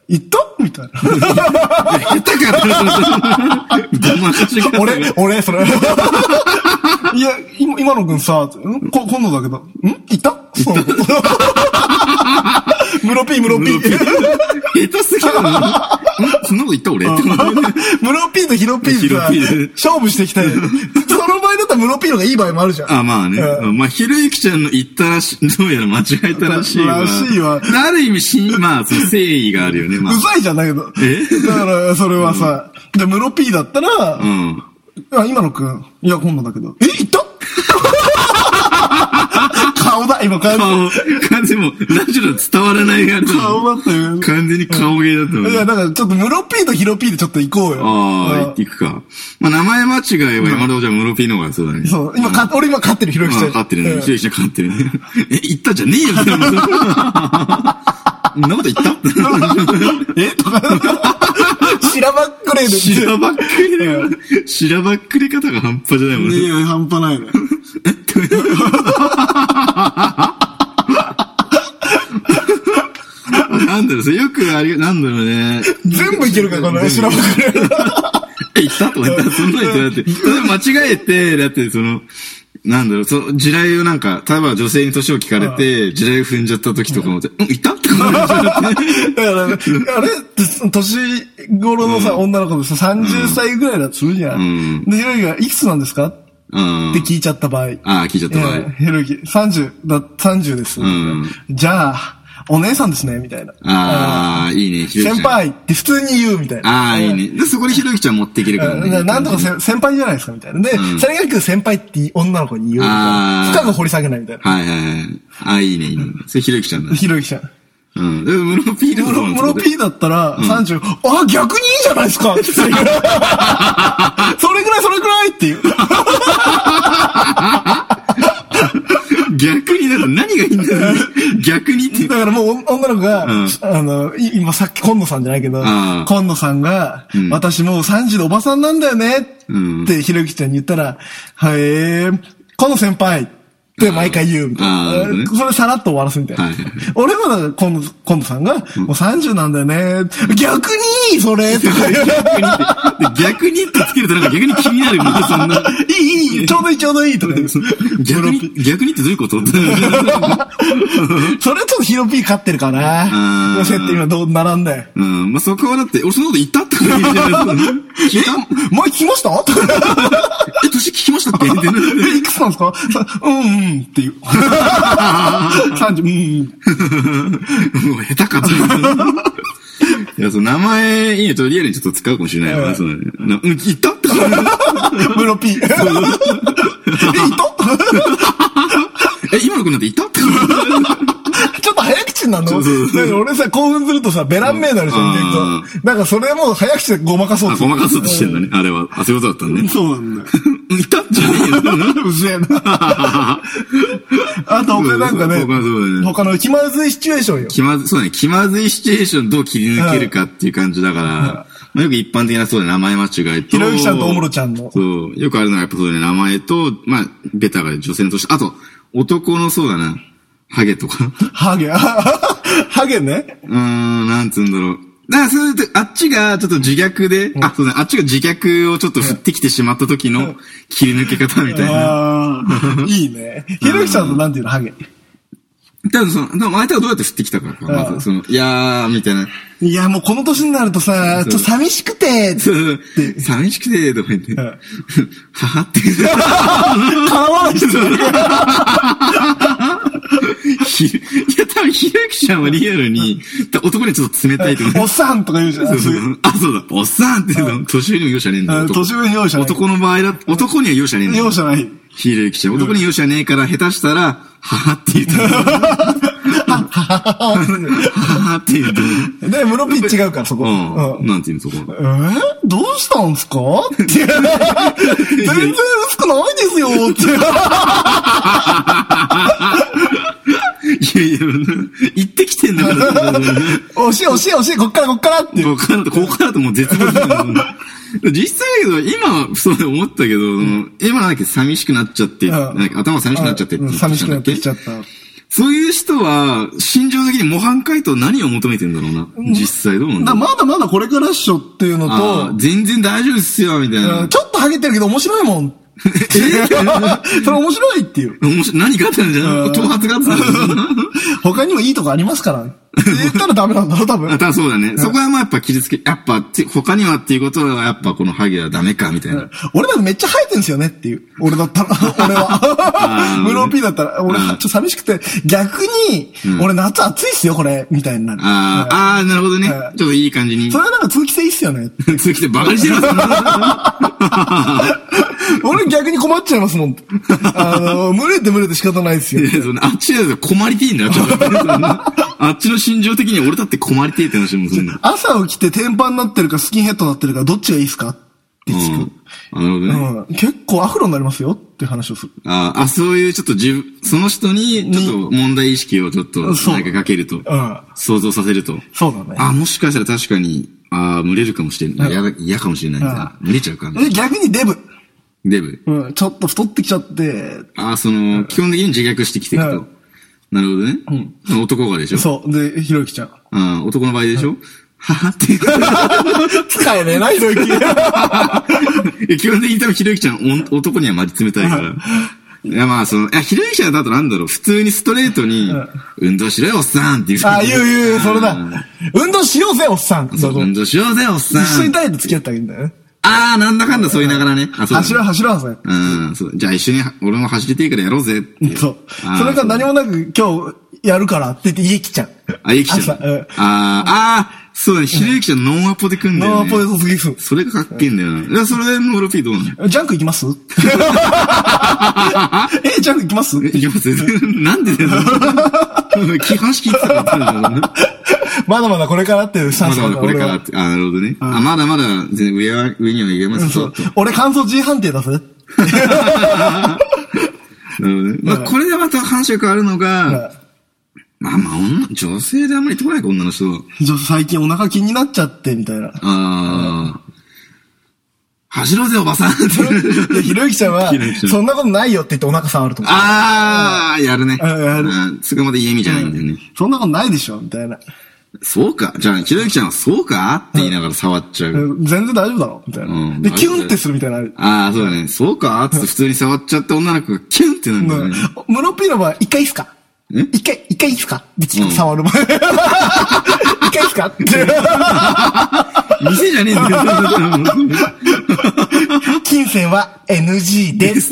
Speaker 1: 言ったみたい な。
Speaker 2: 下手かった。ごまかし方 が
Speaker 1: 俺、俺、それ。 いや、今、今の君さ、んこ、今度だけど、んいたそう。 ムロピー、ムロピー。
Speaker 2: 下手すぎるな。んそんなこと言った俺って
Speaker 1: ムロピーとヒロピーでさ
Speaker 2: ヒロピー、
Speaker 1: 勝負していき たい。その場合だったらムロピーのがいい場合もあるじゃん。
Speaker 2: あ、まあね。
Speaker 1: う
Speaker 2: まあ、ひろゆきちゃんの言ったらし、どうやら間違えたらしいわ。
Speaker 1: らしいわ
Speaker 2: ある意味、しん、まあ、その誠意があるよね。まあ
Speaker 1: う、ざいじゃんだけど。
Speaker 2: え
Speaker 1: だから、それはさ、で、ムロピーだったら、
Speaker 2: うん。
Speaker 1: あ、今のくん。いや、今度だけど。え、いた 顔だ、今完全に。
Speaker 2: 顔、完全にもう、ラジオで伝わらないがあれだもん
Speaker 1: 顔だったよ。
Speaker 2: 完全に顔芸だったもん
Speaker 1: いや、だからちょっとムロピーとヒロピーでちょっと行こうよ。
Speaker 2: ああ、行くか。まあ、名前間違いは今のところじゃムロピーの方がそうだね。
Speaker 1: そう、今か、俺今勝ってる、ひろゆきちゃん。
Speaker 2: 勝ってるね。
Speaker 1: うん
Speaker 2: ひろゆきちゃん勝ってるね。え、言ったじゃねえよ、そんなことそんな こと言った
Speaker 1: えとか、知らばっくれで。
Speaker 2: 知らばっくりだよ。知らばっくり方が半端じゃないもんね。
Speaker 1: や、半端ないね。
Speaker 2: なんだろう、それよくあり、なんだろうね。
Speaker 1: 全部いけるから、この知らばっくれ。
Speaker 2: え、言ったとか言ったらそんなに言ってだって。それ間違えて、だってその、なんだろう、その地雷をなんか、例えば女性に年を聞かれて、地雷を踏んじゃった時とかも、うん、いたって感じ
Speaker 1: だから、あれ年頃のさ、女の子でさ、30歳ぐらいだとするじゃん。で、ひろゆきが、いくつなんですかって
Speaker 2: うん。
Speaker 1: 聞いちゃった場合。
Speaker 2: ああ、聞いちゃった場合。
Speaker 1: ひろゆき、30、だ、30です。
Speaker 2: ん
Speaker 1: じゃあ、お姉さんですね、みたいな。
Speaker 2: ああ、いいね、ひ
Speaker 1: 先
Speaker 2: ろゆきちゃん。
Speaker 1: 輩って普通に言う、みたいな。
Speaker 2: ああ、いいね。で、そこでひろゆきちゃん持っていけるから
Speaker 1: うん
Speaker 2: ね。
Speaker 1: ななんとかせ先輩じゃないですか、みたいな。で、さりげなく先輩って女の子に言うみたいな
Speaker 2: あ。ー
Speaker 1: 深く掘り下げないみたいな。
Speaker 2: はいはいはい。ああ、いいね、いいね。それひろゆきちゃんだ。
Speaker 1: ひろゆきちゃん。
Speaker 2: うん。でも、ムロピーでも
Speaker 1: ム
Speaker 2: そう
Speaker 1: ロ
Speaker 2: なんで
Speaker 1: ム
Speaker 2: すよ
Speaker 1: ロ P だったら30、あ、逆にいいじゃないですかって言う それぐらいそれぐらいっていう。
Speaker 2: 逆にだと何がいいんだ ろうね逆にって。
Speaker 1: だからもうお女の子が、
Speaker 2: うん
Speaker 1: あの、い今さっき今野さんじゃないけど、
Speaker 2: ん
Speaker 1: 今野さんが、
Speaker 2: ん
Speaker 1: 私もう30でおばさんなんだよね
Speaker 2: うん
Speaker 1: ってひろゆきちゃんに言ったら、はえー、今野先輩って毎回言うみたい
Speaker 2: あーなるほど
Speaker 1: な。
Speaker 2: ね
Speaker 1: それさらっと終わらすみたいな。
Speaker 2: はいはいはい
Speaker 1: 俺もだから今野今野さんが、もう30なんだよね。逆にいいそ れとか言う。
Speaker 2: 逆にってつけるとなんか逆に気になるよね、そんな。
Speaker 1: いい、いい、ちょうどいい、ちょうどいいとか言う。
Speaker 2: 逆に、逆にってどういうことって。
Speaker 1: それちょっとヒロピー勝ってるか
Speaker 2: う
Speaker 1: な。
Speaker 2: ん
Speaker 1: 設定今どう並んだよ。
Speaker 2: うん。まあ、そこはだって、俺そのこと言ったってこと言ってない聞いた
Speaker 1: 前聞きました
Speaker 2: え、年聞きましたっけってなる
Speaker 1: え、いくつなんですかさうんうんっていう。30、うん
Speaker 2: もう下手かって。いや、その名前、いいね、とリアルにちょっと使うかもしれないよ
Speaker 1: う
Speaker 2: な、
Speaker 1: ん
Speaker 2: その、なうん、言ったって
Speaker 1: うん。ムロピー。え、いた
Speaker 2: え、今の子なんて言ったって
Speaker 1: ちょっと早口になるの
Speaker 2: そうそうそう
Speaker 1: なんか俺さ、興奮するとさ、ベランメーなるじゃん、結
Speaker 2: うん
Speaker 1: 構。なんかそれも早口でごまかそう
Speaker 2: あ、
Speaker 1: とす
Speaker 2: ご
Speaker 1: る
Speaker 2: まかそうとしてんだね。あれは。あ、そういうことだったね。
Speaker 1: そうなんだよ。
Speaker 2: うん言ったんじゃねえよ。
Speaker 1: うぜえな。あと俺なんかね
Speaker 2: そうかそうだね、
Speaker 1: 他の気まずいシチュエーションよ。
Speaker 2: 気まず、そうだね、気まずいシチュエーションどう切り抜けるかっていう感じだから、まあよく一般的なそうだね、名前間違いと。
Speaker 1: ひろゆきちゃんとおもろちゃんの
Speaker 2: そう。よくあるのはやっぱそうだね、名前と、まあ、ベタが女性の年。あと、男のそうだな、ハゲとか。
Speaker 1: ハゲ、 ハゲね。
Speaker 2: うーん、なんつうんだろう。だから、それで、あっちが、ちょっと自虐で、あ、そうだね、あっちが自虐をちょっと振ってきてしまった時の切り抜け方みたいな。
Speaker 1: ああ、いいね。ひろゆきちゃんとなんていうの、ハゲ。
Speaker 2: ただ、その、でも相手はどうやって振ってきたかか、ま
Speaker 1: うん
Speaker 2: ず、その、いやー、みたいな。
Speaker 1: いや、もうこの年になるとさ、ちょっと寂しくて、
Speaker 2: そう 寂しくて、とか言って、
Speaker 1: ん
Speaker 2: 母って、
Speaker 1: かわ いそう。
Speaker 2: ひいや、多分、ひろゆきちゃんはリアルに、男にちょっと冷たいと思う。
Speaker 1: おっさんとか言うじゃん。
Speaker 2: そうそうあ、そうだ、おっさんって、その年上にも容赦ねえんだ
Speaker 1: うん
Speaker 2: よ。男
Speaker 1: 年上に容赦ない
Speaker 2: 男の場合だ、男には容赦ねえんだよ。
Speaker 1: 容赦ない。
Speaker 2: ひろゆきちゃん、男に容赦ねえから、下手したら、母って言うと思う。母って言うと思う。
Speaker 1: で、ムロピ違うから、そこ。う
Speaker 2: う。
Speaker 1: んん
Speaker 2: なんていうの、そこ。
Speaker 1: えーどうしたんすかって。全然薄くないですよって。
Speaker 2: いやいや、 行ってきてんだから。
Speaker 1: 惜しい惜しい惜しい、こっからこっからって。
Speaker 2: ここからと、ここからともう絶望する んだけど実際だけど、今、そう思ったけど、今なんか寂しくなっちゃって、
Speaker 1: ん
Speaker 2: なんか頭寂しくなっちゃってって
Speaker 1: う
Speaker 2: 言
Speaker 1: ん
Speaker 2: ってたん
Speaker 1: 寂
Speaker 2: だっ
Speaker 1: し
Speaker 2: け
Speaker 1: くなってきちゃった。
Speaker 2: そういう人は、心情的に模範解答何を求めてんだろうな。実際どうなんだ
Speaker 1: だ
Speaker 2: ろう。
Speaker 1: まだまだこれからっしょっていうの
Speaker 2: あー
Speaker 1: と、
Speaker 2: 全然大丈夫っすよ、みたい
Speaker 1: うん
Speaker 2: な。
Speaker 1: ちょっとハゲてるけど面白いもん。 それ面白いっていう。
Speaker 2: 面白い何があったんじゃない頭髪があったんじゃ ない
Speaker 1: 他にもいいとこありますから。って言ったらダメなんだろ、多分。
Speaker 2: あ、ただそうだね。そこはまあやっぱ傷つけ、やっぱ、て他にはっていうことは、やっぱこのハゲはダメか、みたいな。
Speaker 1: 俺だってめっちゃ生えてんすよねっていう。俺だったら、俺は。
Speaker 2: ー
Speaker 1: ムロピーだったら、俺、
Speaker 2: う
Speaker 1: ち
Speaker 2: ん
Speaker 1: ょっと寂しくて、逆に、俺夏暑いっすよ、これ、みたいになる。
Speaker 2: あーあー、なるほどね。ち
Speaker 1: う
Speaker 2: ょ
Speaker 1: ん
Speaker 2: っといい感じに
Speaker 1: そ。れはなんか通気性いいっすよね。
Speaker 2: 続きてバカにしてるんですよ
Speaker 1: 俺逆に困っちゃいますもん。あの、群れて群れて仕方ないっすよ。
Speaker 2: い やそのあっちだと困りてえんだよ。ちょっ とあっちの心情的に俺だって困りてえって話もする んだ。
Speaker 1: 朝起きて天パンになってるかスキンヘッドになってるかどっちがいいっすかって
Speaker 2: う
Speaker 1: 聞く。
Speaker 2: ん。あなるほどね。
Speaker 1: うん、結構アフロになりますよっていう話をする。
Speaker 2: ああ、そういうちょっと自分、その人に、ちょっと問題意識をちょっと、なん
Speaker 1: そう
Speaker 2: かかけると、
Speaker 1: うん。
Speaker 2: 想像させると。
Speaker 1: そうだね。
Speaker 2: あ、もしかしたら確かに、ああ、群れるかもしれない。嫌だ嫌かもしれないな。群れちゃうかな
Speaker 1: で、。逆にデブ。
Speaker 2: デブ。
Speaker 1: うん、ちょっと太ってきちゃって、
Speaker 2: ああ、その、基本的に自虐してきていく
Speaker 1: う
Speaker 2: と
Speaker 1: ん。
Speaker 2: なるほどね。うん。男がでしょ
Speaker 1: そう。で、ひろゆきちゃん。
Speaker 2: うん。男の場合でしょははって
Speaker 1: 使えねえな、ひろゆき。
Speaker 2: いう。基本的に多分ひろゆきちゃん、おん男にはまり冷たいから。いや、まあ、その、いや、ひろゆきちゃんだとなんだろう、普通にストレートに
Speaker 1: ん、
Speaker 2: 運動しろよ、おっさんっていう。
Speaker 1: ああ、言う言う、それだ。運動しようぜ、おっさん。
Speaker 2: そ
Speaker 1: そう
Speaker 2: う、
Speaker 1: そう
Speaker 2: 運動しようぜ、おっさん。
Speaker 1: 一緒にダイエット付き合ったわけだよね。
Speaker 2: ああ、なんだかんだ、そう言いながらね。あ、そうだね
Speaker 1: 走ろう、走ろう、それ。
Speaker 2: うん、そう。じゃあ一緒に、俺も走りていいからやろうぜっていう。
Speaker 1: そう。
Speaker 2: あー
Speaker 1: それから何もなく、今日、やるからって言って家来ちゃう。
Speaker 2: あ、ゆきちゃん。
Speaker 1: 朝うん
Speaker 2: ああ、あーそうだね。ひろゆきちゃんノンアポで来んだよ
Speaker 1: ノー
Speaker 2: ね。
Speaker 1: ポイント次行く。
Speaker 2: それがかっけえんだよな。いや、それの LP どうなの
Speaker 1: ジャンク行きます え、ジャンク行きます
Speaker 2: えいきますなんでだよ。 基本式いつから言ってたんだろうな。
Speaker 1: まだまだこれからっていうスタン
Speaker 2: ま
Speaker 1: ス
Speaker 2: だまだこれから
Speaker 1: 俺
Speaker 2: っ
Speaker 1: は
Speaker 2: て。あ、なるほどね。あ、まだまだ全然上は、上には行けます
Speaker 1: そ
Speaker 2: よ
Speaker 1: う。俺感想 G 判定だぜ。
Speaker 2: なるほどね。まあ、これでまた話が変わるのが、まあまあ、女、女性であんまり言ってこないか、女の人は。
Speaker 1: じゃあ最近お腹気になっちゃって、みたいな。
Speaker 2: ああ。走ろうぜ、おばさんって。
Speaker 1: で、ひろゆきちゃんは
Speaker 2: ひろゆきちゃ、ん
Speaker 1: そんなことないよって言ってお腹触ると思う。
Speaker 2: ああ、やるね。
Speaker 1: うんやる
Speaker 2: うんそこまで嫌味じゃないんだよね。
Speaker 1: そんなことないでしょみたいな。
Speaker 2: そうか。じゃあ、ひろゆきちゃんはそうかって言いながら触っちゃう。
Speaker 1: 全然大丈夫だろみたいな。
Speaker 2: うん
Speaker 1: で、キュンってするみたいなのある。
Speaker 2: ああ、そうだね。そうかつって普通に触っちゃって女の子がキュンってなんだよね。
Speaker 1: うんムロピーの場合、一回いいっすか
Speaker 2: え
Speaker 1: 一回、一回いいっすかビチッと触る 前。一回いいっすかって。
Speaker 2: 店じゃねえんだ よ。
Speaker 1: 金銭は NG です。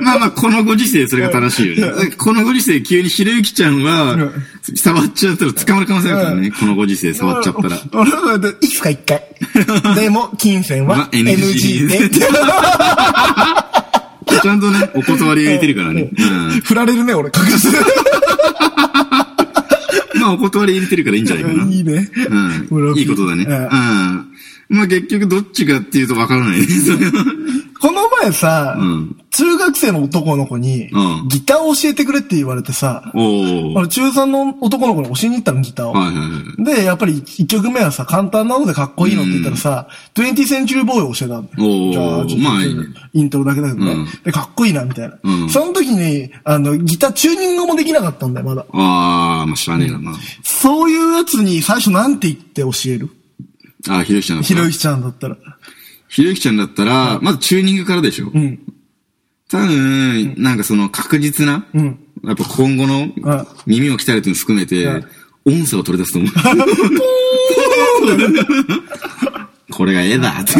Speaker 2: まあまあ、このご時世それが正しいよね。このご時世急にひろゆきちゃんは
Speaker 1: うん、
Speaker 2: 触っちゃったら捕まる可能性あるからね。このご時世触っちゃったら。
Speaker 1: 俺は俺はいいっすか一 回。でも、金銭
Speaker 2: ま
Speaker 1: は
Speaker 2: あ
Speaker 1: NG
Speaker 2: NG
Speaker 1: で
Speaker 2: で。ちゃんとね、お断りがいてるからね。うん。
Speaker 1: 振られるね、俺、確実
Speaker 2: まあ、お断り入れてるからいいんじゃないかな。
Speaker 1: いいね。
Speaker 2: うん。いいことだね。
Speaker 1: う
Speaker 2: うんん。まあ結局どっちかっていうとわからないね。それは
Speaker 1: この前さ、
Speaker 2: うん
Speaker 1: 中学生の男の子に
Speaker 2: う、ん
Speaker 1: ギターを教えてくれって言われてさ、
Speaker 2: おお。は
Speaker 1: 俺中3の男の子に教えに行ったの、ギターを。
Speaker 2: いはいはい。
Speaker 1: で、やっぱり一曲目はさ、簡単なのでかっこいいのって言ったらさ、20センチューボーイを教えたんだ
Speaker 2: お
Speaker 1: よ。じゃあ、ちょ
Speaker 2: ー
Speaker 1: っと
Speaker 2: まあいいね
Speaker 1: イントロだけだけどね、
Speaker 2: うん
Speaker 1: で、かっこいいな、みたいな、
Speaker 2: うん
Speaker 1: その時に、あの、ギターチューニングもできなかったんだよ、まだ。
Speaker 2: ああ、まあ知らねえな、ま
Speaker 1: そういうやつに最初なんて言って教える
Speaker 2: あ。ああ、ひろゆきちゃんだった
Speaker 1: ひろ
Speaker 2: ら
Speaker 1: ゆ。きちゃんだったら。
Speaker 2: ひろゆきちゃんだったら、まずチューニングからでしょ。
Speaker 1: うん。
Speaker 2: 多分、なんかその確実な、
Speaker 1: うん
Speaker 2: やっぱ今後の
Speaker 1: あ
Speaker 2: 耳を鍛えるっていうの含めて
Speaker 1: あ、
Speaker 2: 音声を取り出すと思う。 これが絵だ って。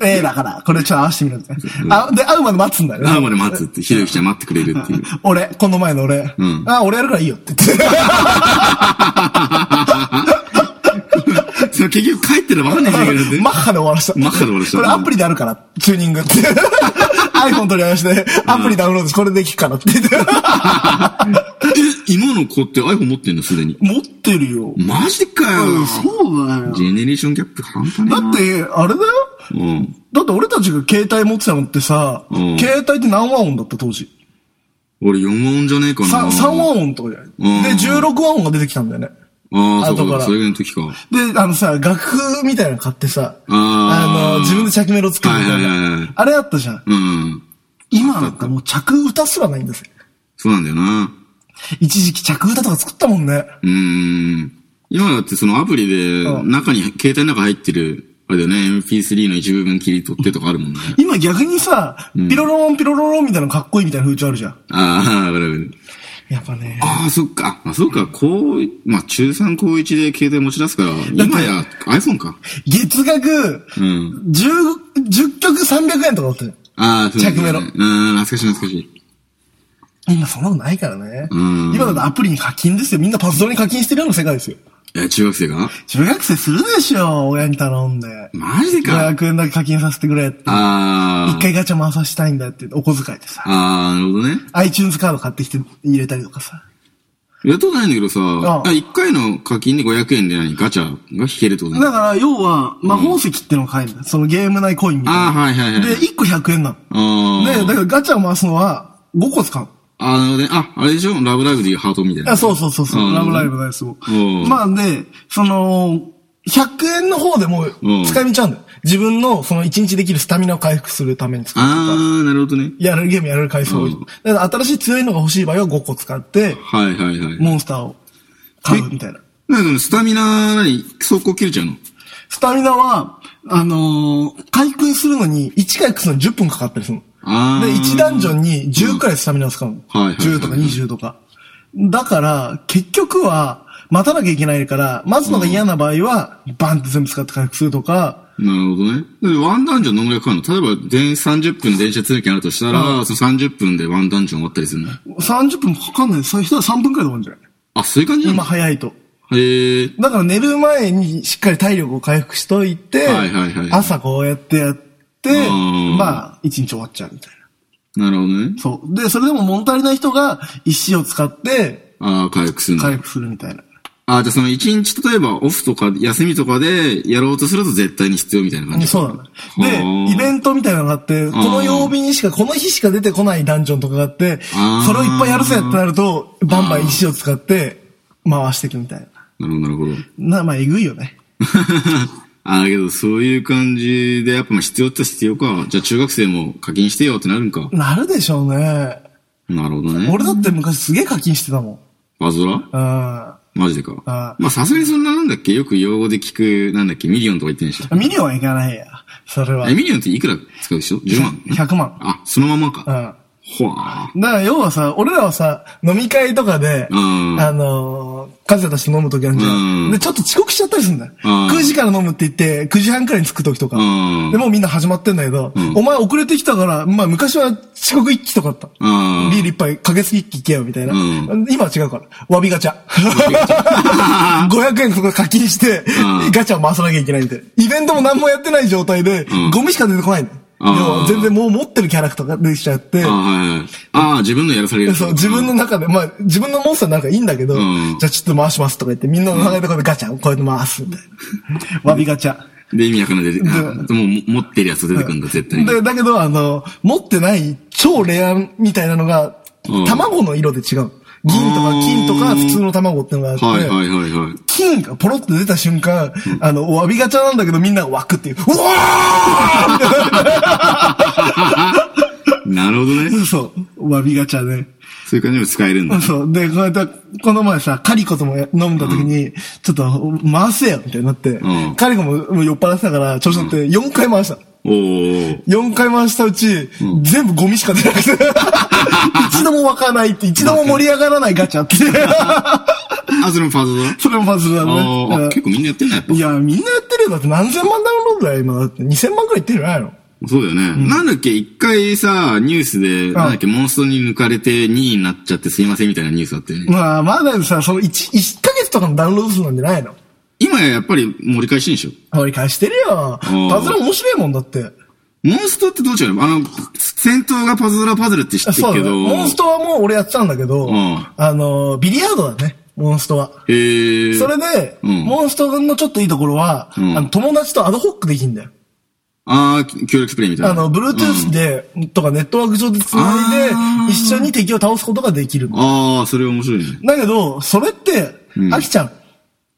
Speaker 1: ええだから、これちょっと合わせてみるみたいな。あ、で、会うまで待つんだよね。
Speaker 2: あまで待つって、ひろゆきちゃん待ってくれるっていう。
Speaker 1: 俺、この前の俺、
Speaker 2: ん
Speaker 1: あ、俺やるからいいよって言って。
Speaker 2: その結局帰ってるの分かんないんだけど ね。
Speaker 1: マッハで終わらした。
Speaker 2: マッハで終わらした
Speaker 1: これアプリであるから、チューニング って。iPhone 取り合わせて、アプリダウンロードしてこれできっからって言って。
Speaker 2: え、今の子って iPhone 持ってんのすでに。
Speaker 1: 持ってるよ。
Speaker 2: マジかよ。
Speaker 1: そうだよ。
Speaker 2: ジェネレーションギャップ半端ねえ
Speaker 1: だ
Speaker 2: な。
Speaker 1: って、あれだよ
Speaker 2: うん。
Speaker 1: だって俺たちが携帯持ってたのってさ、
Speaker 2: うん
Speaker 1: 携帯って何和音だった当時。
Speaker 2: 俺4音じゃねえか
Speaker 1: さ
Speaker 2: な。
Speaker 1: 3和音とかじゃない。
Speaker 2: うん
Speaker 1: で、16和音が出てきたんだよね。
Speaker 2: ああ、そう
Speaker 1: 後か
Speaker 2: からそれぐらいの時か。
Speaker 1: で、あのさ、楽譜みたいなの買ってさ、
Speaker 2: あー
Speaker 1: の、自分で着メロ作るみたい
Speaker 2: はいはいはいはい
Speaker 1: な。あれあったじゃん。
Speaker 2: うん。
Speaker 1: 今なんかもう着歌すらないんですよ。
Speaker 2: そうなんだよな。
Speaker 1: 一時期着歌とか作ったもんね。
Speaker 2: うーん。今だってそのアプリで
Speaker 1: う、ん
Speaker 2: 中に、携帯の中入ってる、あれだよね、MP3 の一部分切り取ってとかあるもんね。
Speaker 1: 今逆にさ、ピロロロンピロロロンみたいなのかっこいいみたいな風潮あるじゃん。
Speaker 2: ああ、わかるわかる。
Speaker 1: やっぱね。
Speaker 2: ああ、そっか。まあ、そっか。高一、まあ、中3高1で携帯持ち出すから、今や iPhone か。
Speaker 1: 月額、
Speaker 2: うん。
Speaker 1: 10、10曲300円とかだったよ。
Speaker 2: ああ、そうですね
Speaker 1: 着メロ
Speaker 2: うん、懐かしい懐かしい。
Speaker 1: 今そんなことないからね。
Speaker 2: ん
Speaker 1: 今だってアプリに課金ですよ。みんなパズドラに課金してるような世界ですよ。
Speaker 2: え、中学生が
Speaker 1: 中学生するでしょ、親に頼んで。
Speaker 2: マジでか。
Speaker 1: 500円だけ課金させてくれって。
Speaker 2: あ
Speaker 1: 一
Speaker 2: あ。
Speaker 1: 回ガチャ回さしたいんだって、お小遣いでさ。
Speaker 2: ああ、なるほどね。
Speaker 1: iTunes カード買ってきて入れたりとかさ。
Speaker 2: やったことないんだけどさ、
Speaker 1: あ
Speaker 2: あ一回の課金で500円で何ガチャが引けるってこと
Speaker 1: だ
Speaker 2: ね。
Speaker 1: から、要は、魔法石ってのが買えるんだよそのゲーム内コインみたいな。
Speaker 2: ああ、はいはいはい。
Speaker 1: で、1個100円なの。
Speaker 2: あ
Speaker 1: で、だ
Speaker 2: あ。
Speaker 1: からガチャを回すのは5個使う。
Speaker 2: あのね、あ、あれでしょラブライブでいうハートみたいな。
Speaker 1: あそうそうそうそう、
Speaker 2: うん
Speaker 1: ラブライブのやつを
Speaker 2: うん。
Speaker 1: まあで、その、100円の方でもう
Speaker 2: うん
Speaker 1: 使い道あるんだよ。自分のその1日できるスタミナを回復するために使うとか。
Speaker 2: ああ、なるほどね。
Speaker 1: やれるゲームやれる回数多い。
Speaker 2: うん
Speaker 1: だから新しい強いのが欲しい場合は5個使って、
Speaker 2: はいはいはい。
Speaker 1: モンスターを買うみたいな。
Speaker 2: なんかそのスタミナ、何、速攻切れちゃうの
Speaker 1: スタミナは、あのー回復するのに1回崩すのに10分かかったりするの。
Speaker 2: あー
Speaker 1: で、1ダンジョンに10くらいスタミナを使うの。
Speaker 2: はいはいはい
Speaker 1: 10とか20とか。だから、結局は、待たなきゃいけないから、待つのが嫌な場合は、バンって全部使って回復するとか、
Speaker 2: なるほどね。で、ワンダンジョンどんぐらいかかるの例えば、全30分電車通勤あるとしたら、その30分でワンダンジョン終わったりするの
Speaker 1: 30分かかんない。そういう人は3分くらいで終わるんじゃない
Speaker 2: あ、そういう感じな
Speaker 1: 今
Speaker 2: の
Speaker 1: 早いと。
Speaker 2: へえ。
Speaker 1: だから寝る前にしっかり体力を回復しといて、
Speaker 2: はいはいはい
Speaker 1: 朝こうやってやって
Speaker 2: うん、
Speaker 1: まあ、一日終わっちゃうみたいな。
Speaker 2: なるほどね。
Speaker 1: そう。で、それでも物足りない人が石を使って
Speaker 2: ああ、回復するの。
Speaker 1: 回復するみたいな。
Speaker 2: ああ、じゃあその一日、例えばオフとか休みとかでやろうとすると絶対に必要みたいな感 じ。
Speaker 1: そうなんだ。で、イベ
Speaker 2: ン
Speaker 1: ントみたいなのがあって、この曜日にしか、この日しか出てこないダンジョンとかがあって
Speaker 2: あー、
Speaker 1: それをいっぱいやるぜってなると、バンバン石を使って回していくみたいな。
Speaker 2: ト。なるほど、なるほど。
Speaker 1: な、まあ、えぐいよね。
Speaker 2: ああ、けどそういう感じで、やっぱまあ必要って必要か。じゃあ中学生も課金してよってなるんか。
Speaker 1: なるでしょうね。
Speaker 2: なるほどね。
Speaker 1: 俺だって昔すげえ課金してたもん。
Speaker 2: バズラ
Speaker 1: うん。
Speaker 2: マジでか。
Speaker 1: あ
Speaker 2: まあさすがにそんななんだっけよく用語で聞く、なんだっけミリオンとか言ってんでしょ。
Speaker 1: ミリオンはいかないや。それは
Speaker 2: え、。ミリオンっていくら使うでしょ ?10 万。
Speaker 1: 100万。
Speaker 2: あ、そのまま
Speaker 1: うん。
Speaker 2: か。
Speaker 1: だか
Speaker 2: ほわー
Speaker 1: ら要はさ、俺らはさ、飲み会とかで、
Speaker 2: うん
Speaker 1: あのー、風出して飲むときあるじゃ
Speaker 2: うん
Speaker 1: ん。で、ちょっと遅刻しちゃったりするんだよ。
Speaker 2: うん
Speaker 1: 9時から飲むって言って、9時半くらいに着くときとか
Speaker 2: うん。
Speaker 1: で、もうみんな始まってんだけど、
Speaker 2: ん
Speaker 1: お前遅れてきたから、まあ昔は遅刻一気とかあった。
Speaker 2: あ
Speaker 1: ビール一杯、かけすぎ一気行けよ、みたいな。
Speaker 2: うん
Speaker 1: 今は違うから。わびガチャ。500円そこで課金して
Speaker 2: うん、
Speaker 1: ガチャを回さなきゃいけないみたいな。イベントも何もやってない状態で
Speaker 2: ん、
Speaker 1: ゴミしか出てこないの。要
Speaker 2: あー
Speaker 1: は全然もう持ってるキャラクターが出てきちゃって
Speaker 2: あ、はいはい。ああ、自分のやらされる。
Speaker 1: そう、自分の中で、まあ、自分のモンスターなんかいいんだけど、
Speaker 2: ん
Speaker 1: じゃあちょっと回しますとか言って、みんなの考えたことでガチャをこうやって回すみたいな。わびガチャ。
Speaker 2: で、意味わかんないで、あもうも持ってるやつ出てくんだ、絶対に。
Speaker 1: で、だけど、あの、持ってない超レアみたいなのが
Speaker 2: うん、
Speaker 1: 卵の色で違う。銀と
Speaker 2: う
Speaker 1: か
Speaker 2: ん
Speaker 1: 金とか普通の卵っていうのがあって、
Speaker 2: はいはいはいはい。
Speaker 1: 金がポロって出た瞬間、あの、お詫びガチャなんだけどみんなが湧くっていう。うわ
Speaker 2: なるほど ね。
Speaker 1: ーそう、お詫びガチャで、
Speaker 2: そういう感じでも使えるんだ。
Speaker 1: そう。で、この間、この前さ、カリコともや飲んだ時に、ちょっと回せよみたいになって、
Speaker 2: うん
Speaker 1: カリコももう酔っ払ってたから、調子乗って4回回した。
Speaker 2: おー。
Speaker 1: 4回回したうち、全部ゴミしか出なく て。一度も湧かないって、一度も盛り上がらないガチャって。
Speaker 2: あ、それもパズドラ
Speaker 1: それもパズルだ
Speaker 2: あーあ、
Speaker 1: ね。
Speaker 2: 結構みんなやってんだ、やっぱ
Speaker 1: い。や、みんなやってるよ。だって何千万ダウンロードだよ、今。だって2000万くらいいってるんじゃないの
Speaker 2: そうだよね。なんだっけ、一回さ、ニュースで、なんだっけ、モンストに抜かれて2位になっちゃってすいませんみたいなニュースあったよね。
Speaker 1: まあ、まださ、その1、1ヶ月とかのダウンロード数なんじゃないの
Speaker 2: 今ややっぱり盛り返してんでしょ
Speaker 1: 俺貸してるよ。
Speaker 2: うん
Speaker 1: パズル面白いもんだって。
Speaker 2: モンストってどう違うのあの、戦闘がパズドラパズルって知って
Speaker 1: そう
Speaker 2: る
Speaker 1: だ
Speaker 2: け
Speaker 1: ね。
Speaker 2: ど。
Speaker 1: モンストはもう俺やってたんだけど、
Speaker 2: うん
Speaker 1: あの、ビリヤードだね、モンストは。
Speaker 2: へー。
Speaker 1: それで、
Speaker 2: うん
Speaker 1: モンストのちょっといいところは、
Speaker 2: うん
Speaker 1: あの友達とアドホックできんだよ。
Speaker 2: ああ、協力プレイみたいな。
Speaker 1: あの、Bluetooth で、とかネットワーク上で繋いで
Speaker 2: あ、
Speaker 1: 一緒に敵を倒すことができる。
Speaker 2: ああ、それ面白いね。
Speaker 1: だけど、それって、
Speaker 2: うん
Speaker 1: 飽きちゃう。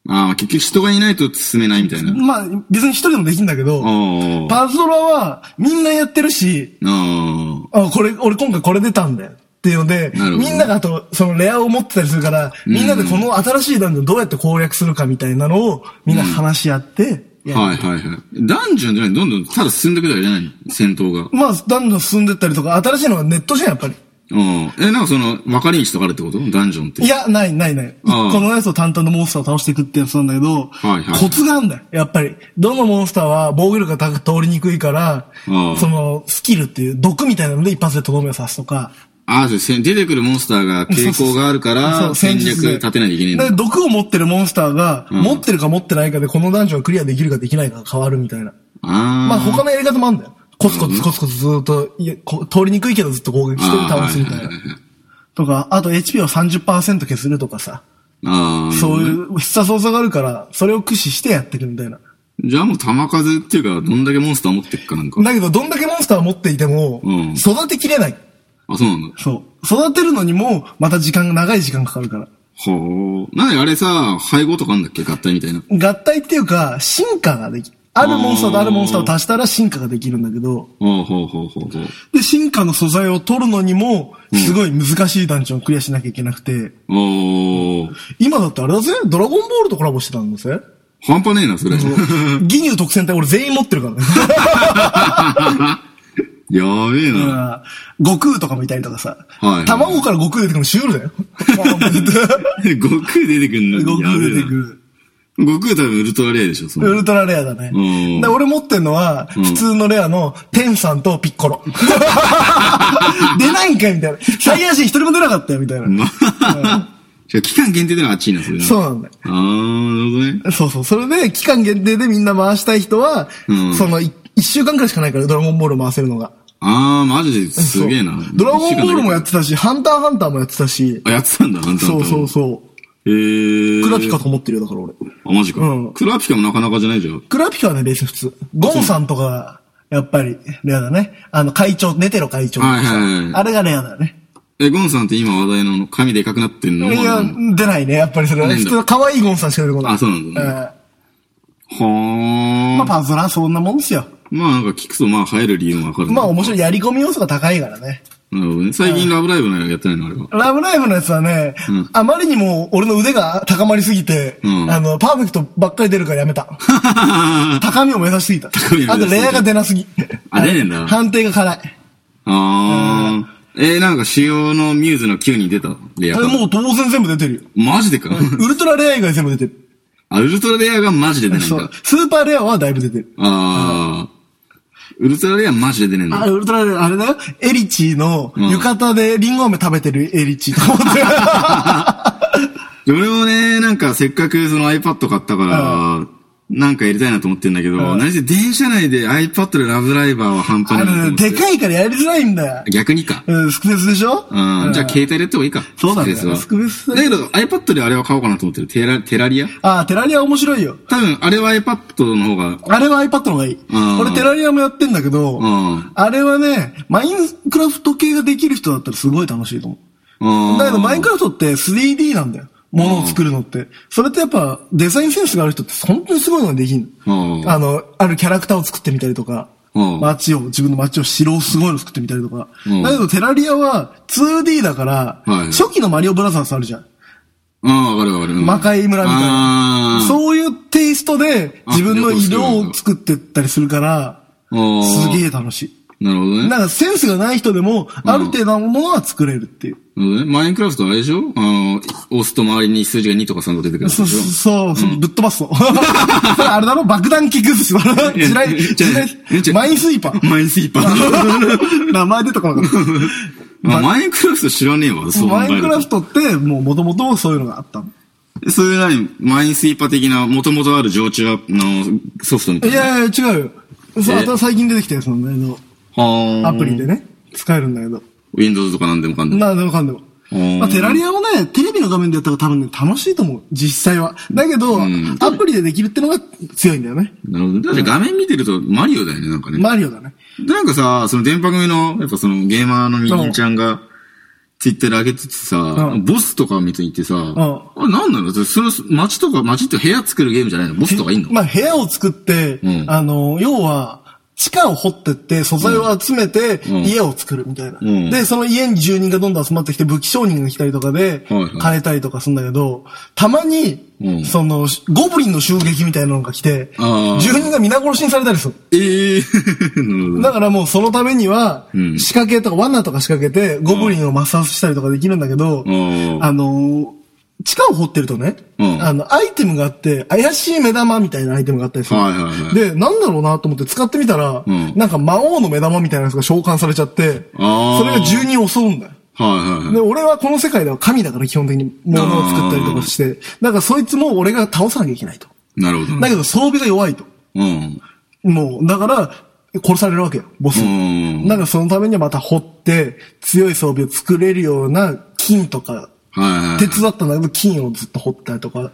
Speaker 2: ああ、結局人がいないと進めないみたいな。
Speaker 1: まあ、別に一人でもできるんだけど、
Speaker 2: ああ。
Speaker 1: パズドラはみんなやってるし、
Speaker 2: あ
Speaker 1: あ、これ、俺今回これ出たんだよ。っていうので、
Speaker 2: なるほど
Speaker 1: みんながあと、そのレアを持ってたりするから、みんなでこの新しいダンジョンどうやって攻略するかみたいなのを、みんな話し合って、
Speaker 2: あ。
Speaker 1: やる
Speaker 2: はいはいはい。ダンジョンじゃない、どんどんただ進んでくだけじゃない戦闘が。
Speaker 1: まあ、ダンジョン進んでったりとか、新しいのがネットじゃん、やっぱり。
Speaker 2: うん。え、なんかその、分かり道とかあるってことダンジョンって。
Speaker 1: いや、ない、ない、ない。
Speaker 2: ああ
Speaker 1: 一個のやつを淡々とモンスターを倒していくってやつなんだけど、
Speaker 2: はいはい
Speaker 1: コツがあるんだよ、やっぱり。どのモンスターは防御力が高く通りにくいから、
Speaker 2: あ
Speaker 1: その、スキルっていう毒みたいなので一発でとどめを刺すとか、
Speaker 2: ああ、そう、せん出てくるモンスターが傾向があるから、戦略
Speaker 1: で
Speaker 2: 立てないといけないん
Speaker 1: だ
Speaker 2: だ
Speaker 1: から。毒を持ってるモンスターが、
Speaker 2: うん
Speaker 1: 持ってるか持ってないかでこのダンジョンをクリアできるかできないかが変わるみたいな。
Speaker 2: ああ。
Speaker 1: まあ他のやり方もあるんだよ。コツコツコツコツずっと、いやこ通りにくいけどずっと攻撃して倒すみたいな
Speaker 2: あーはいはいはい。
Speaker 1: とか、あと HP を30%消するとかさ。
Speaker 2: ああ。
Speaker 1: そういう必殺技があるから、それを駆使してやってるみたいな。
Speaker 2: じゃあもう弾数っていうか、どんだけモンスター持ってっかなんか。
Speaker 1: だけど、どんだけモンスターを持っていても
Speaker 2: うん、
Speaker 1: 育てきれない。
Speaker 2: あ、そうなんだ。
Speaker 1: そう。育てるのにも、また時間が、長い時間かかるから。
Speaker 2: ほう。なんであれさ、配合とかあんだっけ合体みたいな。
Speaker 1: 合体っていうか、進化ができる。あるモンスターとあるモンスターを足したら進化ができるんだけど、
Speaker 2: ほうほうほうほうほう。
Speaker 1: で、進化の素材を取るのにも、すごい難しいダンジョンをクリアしなきゃいけなくて、
Speaker 2: おー。
Speaker 1: 今だってあれだぜ、ドラゴンボールとコラボしてたんだぜ。
Speaker 2: 半端ねえな、それ。
Speaker 1: ギニュー特選隊俺全員持ってるからね。
Speaker 2: やべえ
Speaker 1: うん
Speaker 2: な。
Speaker 1: 悟空とかもいたりとかさ。
Speaker 2: はいはい
Speaker 1: 卵から悟空出てくるのシュールだ よ。
Speaker 2: 悟空出てくんの
Speaker 1: 悟
Speaker 2: や
Speaker 1: 空
Speaker 2: べえ
Speaker 1: 出て
Speaker 2: な
Speaker 1: く。る。
Speaker 2: 悟空多分ウルトラレアでしょ、そ
Speaker 1: ウ
Speaker 2: の。
Speaker 1: ルトラレアだ
Speaker 2: う
Speaker 1: ね。
Speaker 2: ん
Speaker 1: で俺持ってんのは、普通のレアの、テンさんとピッコ ロ。出ないんかいみたいな。サイヤ人一人も出なかったよ、みたい な。
Speaker 2: まあ、しかも期間限定でのあっちいな、それな。
Speaker 1: そうなんだよ。
Speaker 2: あー、なるほどね。
Speaker 1: そうそう。それで、期間限定でみんな回したい人は、
Speaker 2: うん
Speaker 1: その、い一週間くらいしかないから、ドラゴンボール回せるのが。
Speaker 2: あー、マジですげえな
Speaker 1: そう。ドラゴンボールもやっててたし、ハンターハンターもやってたし、
Speaker 2: あ、やってたんだ、ハンターハ
Speaker 1: そ
Speaker 2: ン
Speaker 1: う
Speaker 2: ター
Speaker 1: そうそう。
Speaker 2: う。へえ。
Speaker 1: クラピカと思ってるよ、だから俺。
Speaker 2: あ、マジか
Speaker 1: うん。
Speaker 2: クラピカもなかなかじゃないじゃん。
Speaker 1: クラピカはね、別に普通。ゴンさんとか、やっぱり、レアだね。あの、会長、ネテロ会長。
Speaker 2: はいはいはい
Speaker 1: あれがレアだね。
Speaker 2: え、ゴンさんって今話題の髪でかくなってんの
Speaker 1: い
Speaker 2: は
Speaker 1: や、出ないね、やっぱりそれは。
Speaker 2: ないん
Speaker 1: 普
Speaker 2: だ
Speaker 1: 通の可愛いゴンさんしか出てこない。
Speaker 2: あそうなんだね
Speaker 1: ええ
Speaker 2: ー。
Speaker 1: まあ、パズドラそんなもんですよ。
Speaker 2: まあなんか聞くとまあ入る理由もわかる。
Speaker 1: まあ、面白い。やり込み要素が高いからね。
Speaker 2: なるほどね。最近ラブライブのやってないのあれ は。
Speaker 1: ラブライブのやつはね、
Speaker 2: ん
Speaker 1: あまりにも俺の腕が高まりすぎて、
Speaker 2: うん
Speaker 1: あの、パーフェクトばっかり出るからやめた。高みを目指していた。
Speaker 2: 高みを
Speaker 1: あ
Speaker 2: 目
Speaker 1: と、
Speaker 2: 指してい
Speaker 1: レ
Speaker 2: た
Speaker 1: アが出なすぎ。
Speaker 2: あ出ねえんだ
Speaker 1: はい判定が辛い。
Speaker 2: あー。えー、なんか主要のミューズの Q に出たレア
Speaker 1: あ
Speaker 2: が
Speaker 1: れもう当然全部出てるよ。
Speaker 2: マジでか。
Speaker 1: ウルトラレア以外全部出てる。
Speaker 2: あ、ウルトラレアがマジで出ないん
Speaker 1: そう
Speaker 2: だ。。
Speaker 1: スーパーレアはだいぶ出てる。
Speaker 2: あー。ウルトラレアマジで出ないん
Speaker 1: あ
Speaker 2: だ。
Speaker 1: れ、ウルトラレア、あれだよ。エリチーの、
Speaker 2: ん
Speaker 1: 浴衣でリンゴ飴食べてるエリチーと 思ってる。
Speaker 2: 俺もね、なんかせっかくその iPad 買ったから、なんかやりたいなと思ってんだけど、何せ電車内で iPad でラブライバーは半端
Speaker 1: あ
Speaker 2: ないなと
Speaker 1: れ
Speaker 2: 思
Speaker 1: ね、
Speaker 2: って。
Speaker 1: でかいからやりづらいんだよ。
Speaker 2: 逆にか。
Speaker 1: うん、スクフェスでしょ
Speaker 2: うん。じゃあ携帯でやった方がいいか。
Speaker 1: そうなんだよ
Speaker 2: スペースは
Speaker 1: スクベース
Speaker 2: だけど iPad であれは買おうかなと思ってる。テラ、テラリア
Speaker 1: あー、テラリア面白いよ。
Speaker 2: 多分、あれは iPad の方が、
Speaker 1: あれは iPad の方がいい。
Speaker 2: うん
Speaker 1: 俺テラリアもやってんだけど、
Speaker 2: うん
Speaker 1: あれはね、マインクラフト系ができる人だったらすごい楽しいと思
Speaker 2: う
Speaker 1: う。
Speaker 2: ん。
Speaker 1: だけどマインクラフトって 3D なんだよ。ものを作るのって。それってやっぱデザインセンスがある人って本当にすごいのができんの。
Speaker 2: うん
Speaker 1: あの、あるキャラクターを作ってみたりとか、
Speaker 2: うん
Speaker 1: 街を、自分の街を城をすごいの作ってみたりとか。
Speaker 2: うん
Speaker 1: だけどテラリアは 2D だから、
Speaker 2: はい
Speaker 1: 初期のマリオブラザーズあるじゃん。
Speaker 2: うん、わかるわかる。うん
Speaker 1: 魔界村みたい
Speaker 2: あ
Speaker 1: な。
Speaker 2: ー
Speaker 1: そういうテイストで自分の色を作ってったりするから、
Speaker 2: あ
Speaker 1: す
Speaker 2: ー
Speaker 1: げえ楽しい。
Speaker 2: なるほどね。
Speaker 1: なんかセンスがない人でも、ある程度のものは作れるっていう。
Speaker 2: なるほどねマインクラフトあれでしょあの、押すと周りに数字が2とか3とか出てくるやつ
Speaker 1: そう、
Speaker 2: でしょ
Speaker 1: そう、そうぶっ飛ばすの。 それあれだろ爆弾キック寿司だろ地雷、地雷、マインスイーパ ー。
Speaker 2: マインスイーパ ー。
Speaker 1: 名前出てこなかった。
Speaker 2: まあマインクラフト知らねえわ、そう考
Speaker 1: マ
Speaker 2: えると
Speaker 1: インクラフトって、もう元々そういうのがあったの。
Speaker 2: そういう何マインスイーパー的な、もともとある常駐のソフトみた
Speaker 1: い
Speaker 2: いな。は
Speaker 1: やいや、違うよ。そう、
Speaker 2: え
Speaker 1: あとは最近出てきたやつなんだけ
Speaker 2: ー
Speaker 1: ど、アプリで。ね、使えるんだけど。
Speaker 2: Windows とかなんでもかんでも。
Speaker 1: なんでもかんでも。
Speaker 2: うん
Speaker 1: まあ、テラリアもね、テレビの画面でやったら多分ね、楽しいと思う。実際は。だけど、
Speaker 2: ん
Speaker 1: アプリでできるってのが強いんだよね。
Speaker 2: なるほど。だって画面見てるとマリオだよね、なんかね。
Speaker 1: マリオだね。
Speaker 2: で、なんかさ、その電波組の、やっぱそのゲーマーのみぎんちゃんが、ツイッターで上げててさ、
Speaker 1: ん
Speaker 2: ボスとか見ていてさ、あれなんなのそれ、街とか、街って部屋作るゲームじゃないのボスとかいんの、
Speaker 1: まあ、部屋を作って、
Speaker 2: うん
Speaker 1: あの、要は、地下を掘ってって、素材を集めて、
Speaker 2: ん
Speaker 1: 家を作るみたいな、
Speaker 2: うん
Speaker 1: で、その家に住人がどんどん集まってきて、武器商人が来たりとかで
Speaker 2: はいはい、
Speaker 1: 変えたりとかするんだけど、たまに、
Speaker 2: うん
Speaker 1: その、ゴブリンの襲撃みたいなのが来て、
Speaker 2: あー
Speaker 1: 住人が皆殺しにされたりする。
Speaker 2: ええな るほど。
Speaker 1: だからもうそのためには
Speaker 2: う、ん
Speaker 1: 仕掛けとか、罠とか仕掛けて、ゴブリンを抹殺したりとかできるんだけど、
Speaker 2: ん
Speaker 1: あのー地下を掘ってるとね、
Speaker 2: うん
Speaker 1: あの、アイテムがあって、怪しい目玉みたいなアイテムがあったりする。
Speaker 2: はいはいはい
Speaker 1: で、なんだろうなと思って使ってみたら、
Speaker 2: うん
Speaker 1: なんか魔王の目玉みたいなやつが召喚されちゃって、
Speaker 2: あー
Speaker 1: それが住人を襲うんだよ。
Speaker 2: はいはい
Speaker 1: で、
Speaker 2: はい。
Speaker 1: 俺はこの世界では神だから基本的に物を作ったりとかして、だからそいつも俺が倒さなきゃいけないと。
Speaker 2: なるほど。
Speaker 1: だけど装備が弱いと。
Speaker 2: うん。
Speaker 1: もう、だから、殺されるわけよ、ボス
Speaker 2: う
Speaker 1: に。
Speaker 2: ん
Speaker 1: だからそのためにはまた掘って、強い装備を作れるような金とか、
Speaker 2: はいはいはい。
Speaker 1: 鉄だったんだけど、金をずっと掘ったりとか。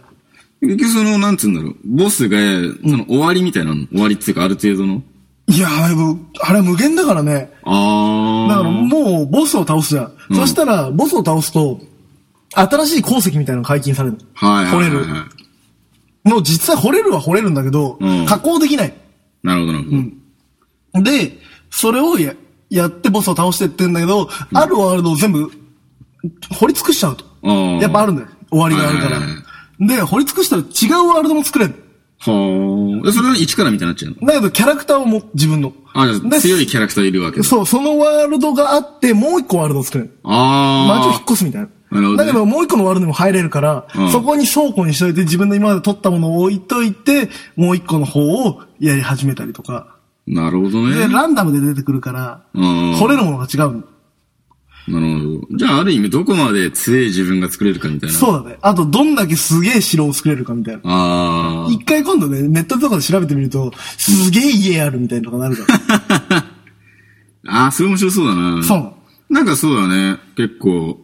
Speaker 2: 結局その、なんつうんだろう。ボスが、その終わりみたいなの終わりっていうか、ある程度の。
Speaker 1: いやー、でもあれは無限だからね。
Speaker 2: あ
Speaker 1: だ
Speaker 2: あ。
Speaker 1: からもう、ボスを倒すじゃん。そしたら、ボスを倒すと、新しい鉱石みたいなの解禁されるの。
Speaker 2: はいはいはい、はい。
Speaker 1: 掘れる。もう実際掘れるは掘れるんだけど、
Speaker 2: うん
Speaker 1: 加工できない。
Speaker 2: なるほどなるほど。
Speaker 1: で、それをややってボスを倒してってんだけど、あるワールドを全部掘り尽くしちゃうと。
Speaker 2: うん
Speaker 1: やっぱあるんだよ。終わりがあるか
Speaker 2: は
Speaker 1: ら
Speaker 2: いはいは。
Speaker 1: で、掘り尽くしたら違うワールドも作れる。
Speaker 2: はあ。それは一からみたいになっちゃうの
Speaker 1: だけど、キャラクターをも、自分の。
Speaker 2: あ、じゃあ
Speaker 1: で
Speaker 2: 強いキャラクターいるわけだ。
Speaker 1: そう、そのワールドがあって、もう一個ワールドを作れる。街を引っ
Speaker 2: あ
Speaker 1: 越すみたいな。
Speaker 2: なるほどね
Speaker 1: だけど、もう一個のワールドにも入れるから、
Speaker 2: うん
Speaker 1: そこに倉庫にしといて、自分の今まで取ったものを置いといて、もう一個の方をやり始めたりとか。
Speaker 2: あ。なるほどね。
Speaker 1: で、ランダムで出てくるから、
Speaker 2: うん
Speaker 1: 掘れるものが違うの。
Speaker 2: なるほど。じゃあ、ある意味、どこまで強い自分が作れるかみたいな。う。
Speaker 1: そうだね。あと、どんだけすげえ城を作れるかみたいな。
Speaker 2: あ
Speaker 1: 一回今度ね、ネットとかで調べてみると、すげえ家あるみたいなのがなるから。
Speaker 2: あ。ああ、それ面白そうだな。
Speaker 1: そうなの。
Speaker 2: なんかそうだね。結構、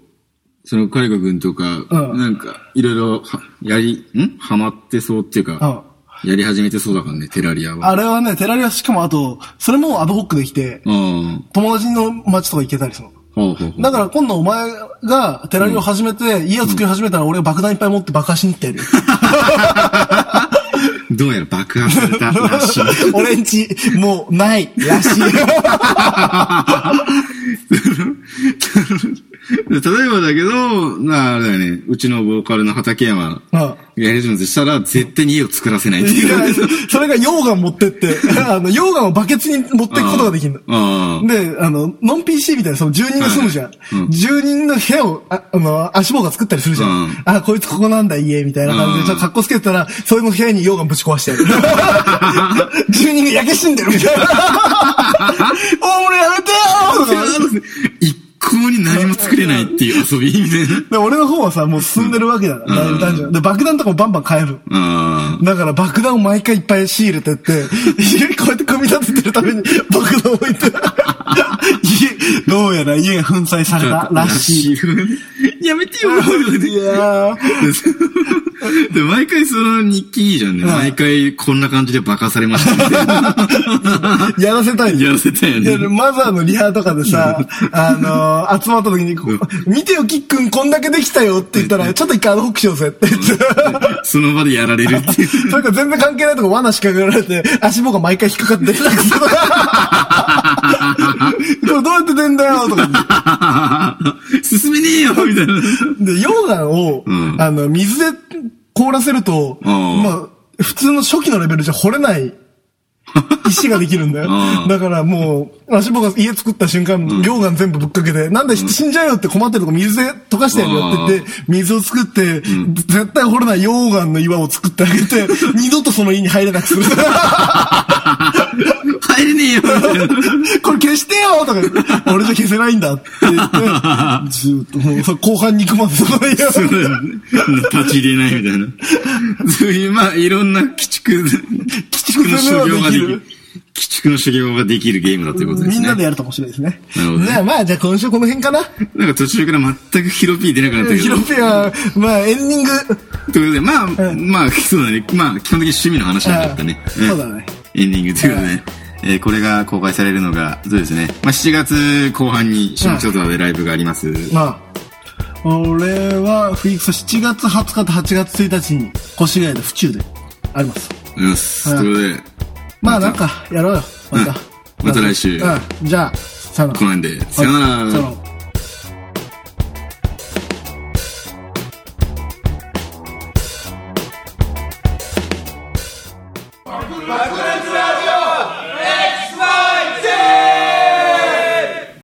Speaker 2: その、海く君とか、
Speaker 1: うん
Speaker 2: なんか、いろいろは、やり、んハマってそうっていうか、やり始めてそうだからね、テラリアは。
Speaker 1: あれはね、テラリアしかもあと、それもアドホックできて、
Speaker 2: うん。
Speaker 1: 友達の街とか行けたりするの。
Speaker 2: ほうほうほう。
Speaker 1: だから今度お前がテラリアを始めて、家を作り始めたら俺が爆弾いっぱい持って爆破しに行ってやるよ。
Speaker 2: どうやら爆破された らしい。
Speaker 1: 俺んち、も う、ない、らしい。
Speaker 2: 例えばだけど、なあ、あれだよね、うちのボーカルの畠山、
Speaker 1: うん
Speaker 2: やり始めてしたら、絶対に家を作らせないって
Speaker 1: いや
Speaker 2: いう。
Speaker 1: それが溶岩持ってって、あの、溶岩をバケツに持っていくことができるの。
Speaker 2: ああ。
Speaker 1: で、あの、ノン PC みたいな、その住人が住むじゃん。住人の部屋を、ああの、足棒が作ったりするじゃん。
Speaker 2: うん
Speaker 1: あ、こいつここなんだ、家、みたいな感じ
Speaker 2: うん
Speaker 1: で、ちょっと格好つけてたら、それの部屋に溶岩ぶち壊 してやる。住人が焼け死んでる、みたい な。お俺やめてよーとか
Speaker 2: 一向に何も作れないっていう遊びみたいな。
Speaker 1: で、俺の方はさ、もう進んでるわけだから、だいぶ単純。で、爆弾とかもバンバン買える。
Speaker 2: あ
Speaker 1: だから爆弾を毎回いっぱい仕入れてって、家にこうやって組み立ててるために爆弾を 置いて、家、どうやら家が粉砕された
Speaker 2: あ。
Speaker 1: らしい。
Speaker 2: い。やめてよ、
Speaker 1: いやー。
Speaker 2: で毎回その日記いいじゃんね。毎回こんな感じで化かされましたみた いな。
Speaker 1: やらせたいんだ
Speaker 2: や
Speaker 1: よ
Speaker 2: らせたよ
Speaker 1: いや
Speaker 2: ね。
Speaker 1: マザーのリハとかで さ、あのー集まった時に、こう見てよ、キックン、こんだけできたよって言ったら、ちょっと一回アドホックしようぜって言って。
Speaker 2: その場でやられるっていう。
Speaker 1: それから全然関係 ないとこ罠仕掛けられて、足棒が毎回引っかか って出なくする。これどうやって出んだよとか言って。
Speaker 2: 進めねえよみたいな。
Speaker 1: で、溶岩を、
Speaker 2: ん
Speaker 1: あの、水で凍らせると、
Speaker 2: うん
Speaker 1: まあ、普通の初期のレベルじゃ掘れ ない石ができるんだよ
Speaker 2: う。ん
Speaker 1: だからもう、足棒が家作った瞬間、溶岩全部ぶっかけて、なんで死んじゃうよって困ってるとこ水で溶かしてやるよって言って、水を作って、絶対掘れない溶岩の岩を作ってあげ て、二度とその家に入れなくする。
Speaker 2: 入れねえよみたいな。
Speaker 1: これ消してよとか言って、俺じゃ消せないんだって言 って、ずーっともう、そ後半に行くまでそこでや
Speaker 2: そうだよね立ち入れないみたいな。そういう、まあ、いろんな鬼畜、鬼畜の修行ができる。鬼畜の修行ができるゲームだということですね。
Speaker 1: みんなでやると面白いですね。
Speaker 2: なるほどね
Speaker 1: じゃあまあ、じゃあ今週この辺かな。
Speaker 2: なんか途中から全くヒロピー出なくなったけど。
Speaker 1: ヒロピは、まあエンディング。
Speaker 2: ということで、まあ、
Speaker 1: ん
Speaker 2: まあ、そうだね。まあ、基本的に趣味の話なんだったね。
Speaker 1: うんそうだね。
Speaker 2: エンディングということで、えーこれが公開されるのが、そうですね。まあ、7月後半に新町座でライブがあります。
Speaker 1: まあ、俺は、フリークス7月20日と8月1日に、越谷で府中であります。
Speaker 2: よし。
Speaker 1: うん
Speaker 2: ということで、
Speaker 1: まあなんか、やろうよ。また。
Speaker 2: また来週
Speaker 1: うん。じゃあ、さよなら
Speaker 2: この辺で、さよな
Speaker 1: はい
Speaker 2: ら
Speaker 1: さよなら。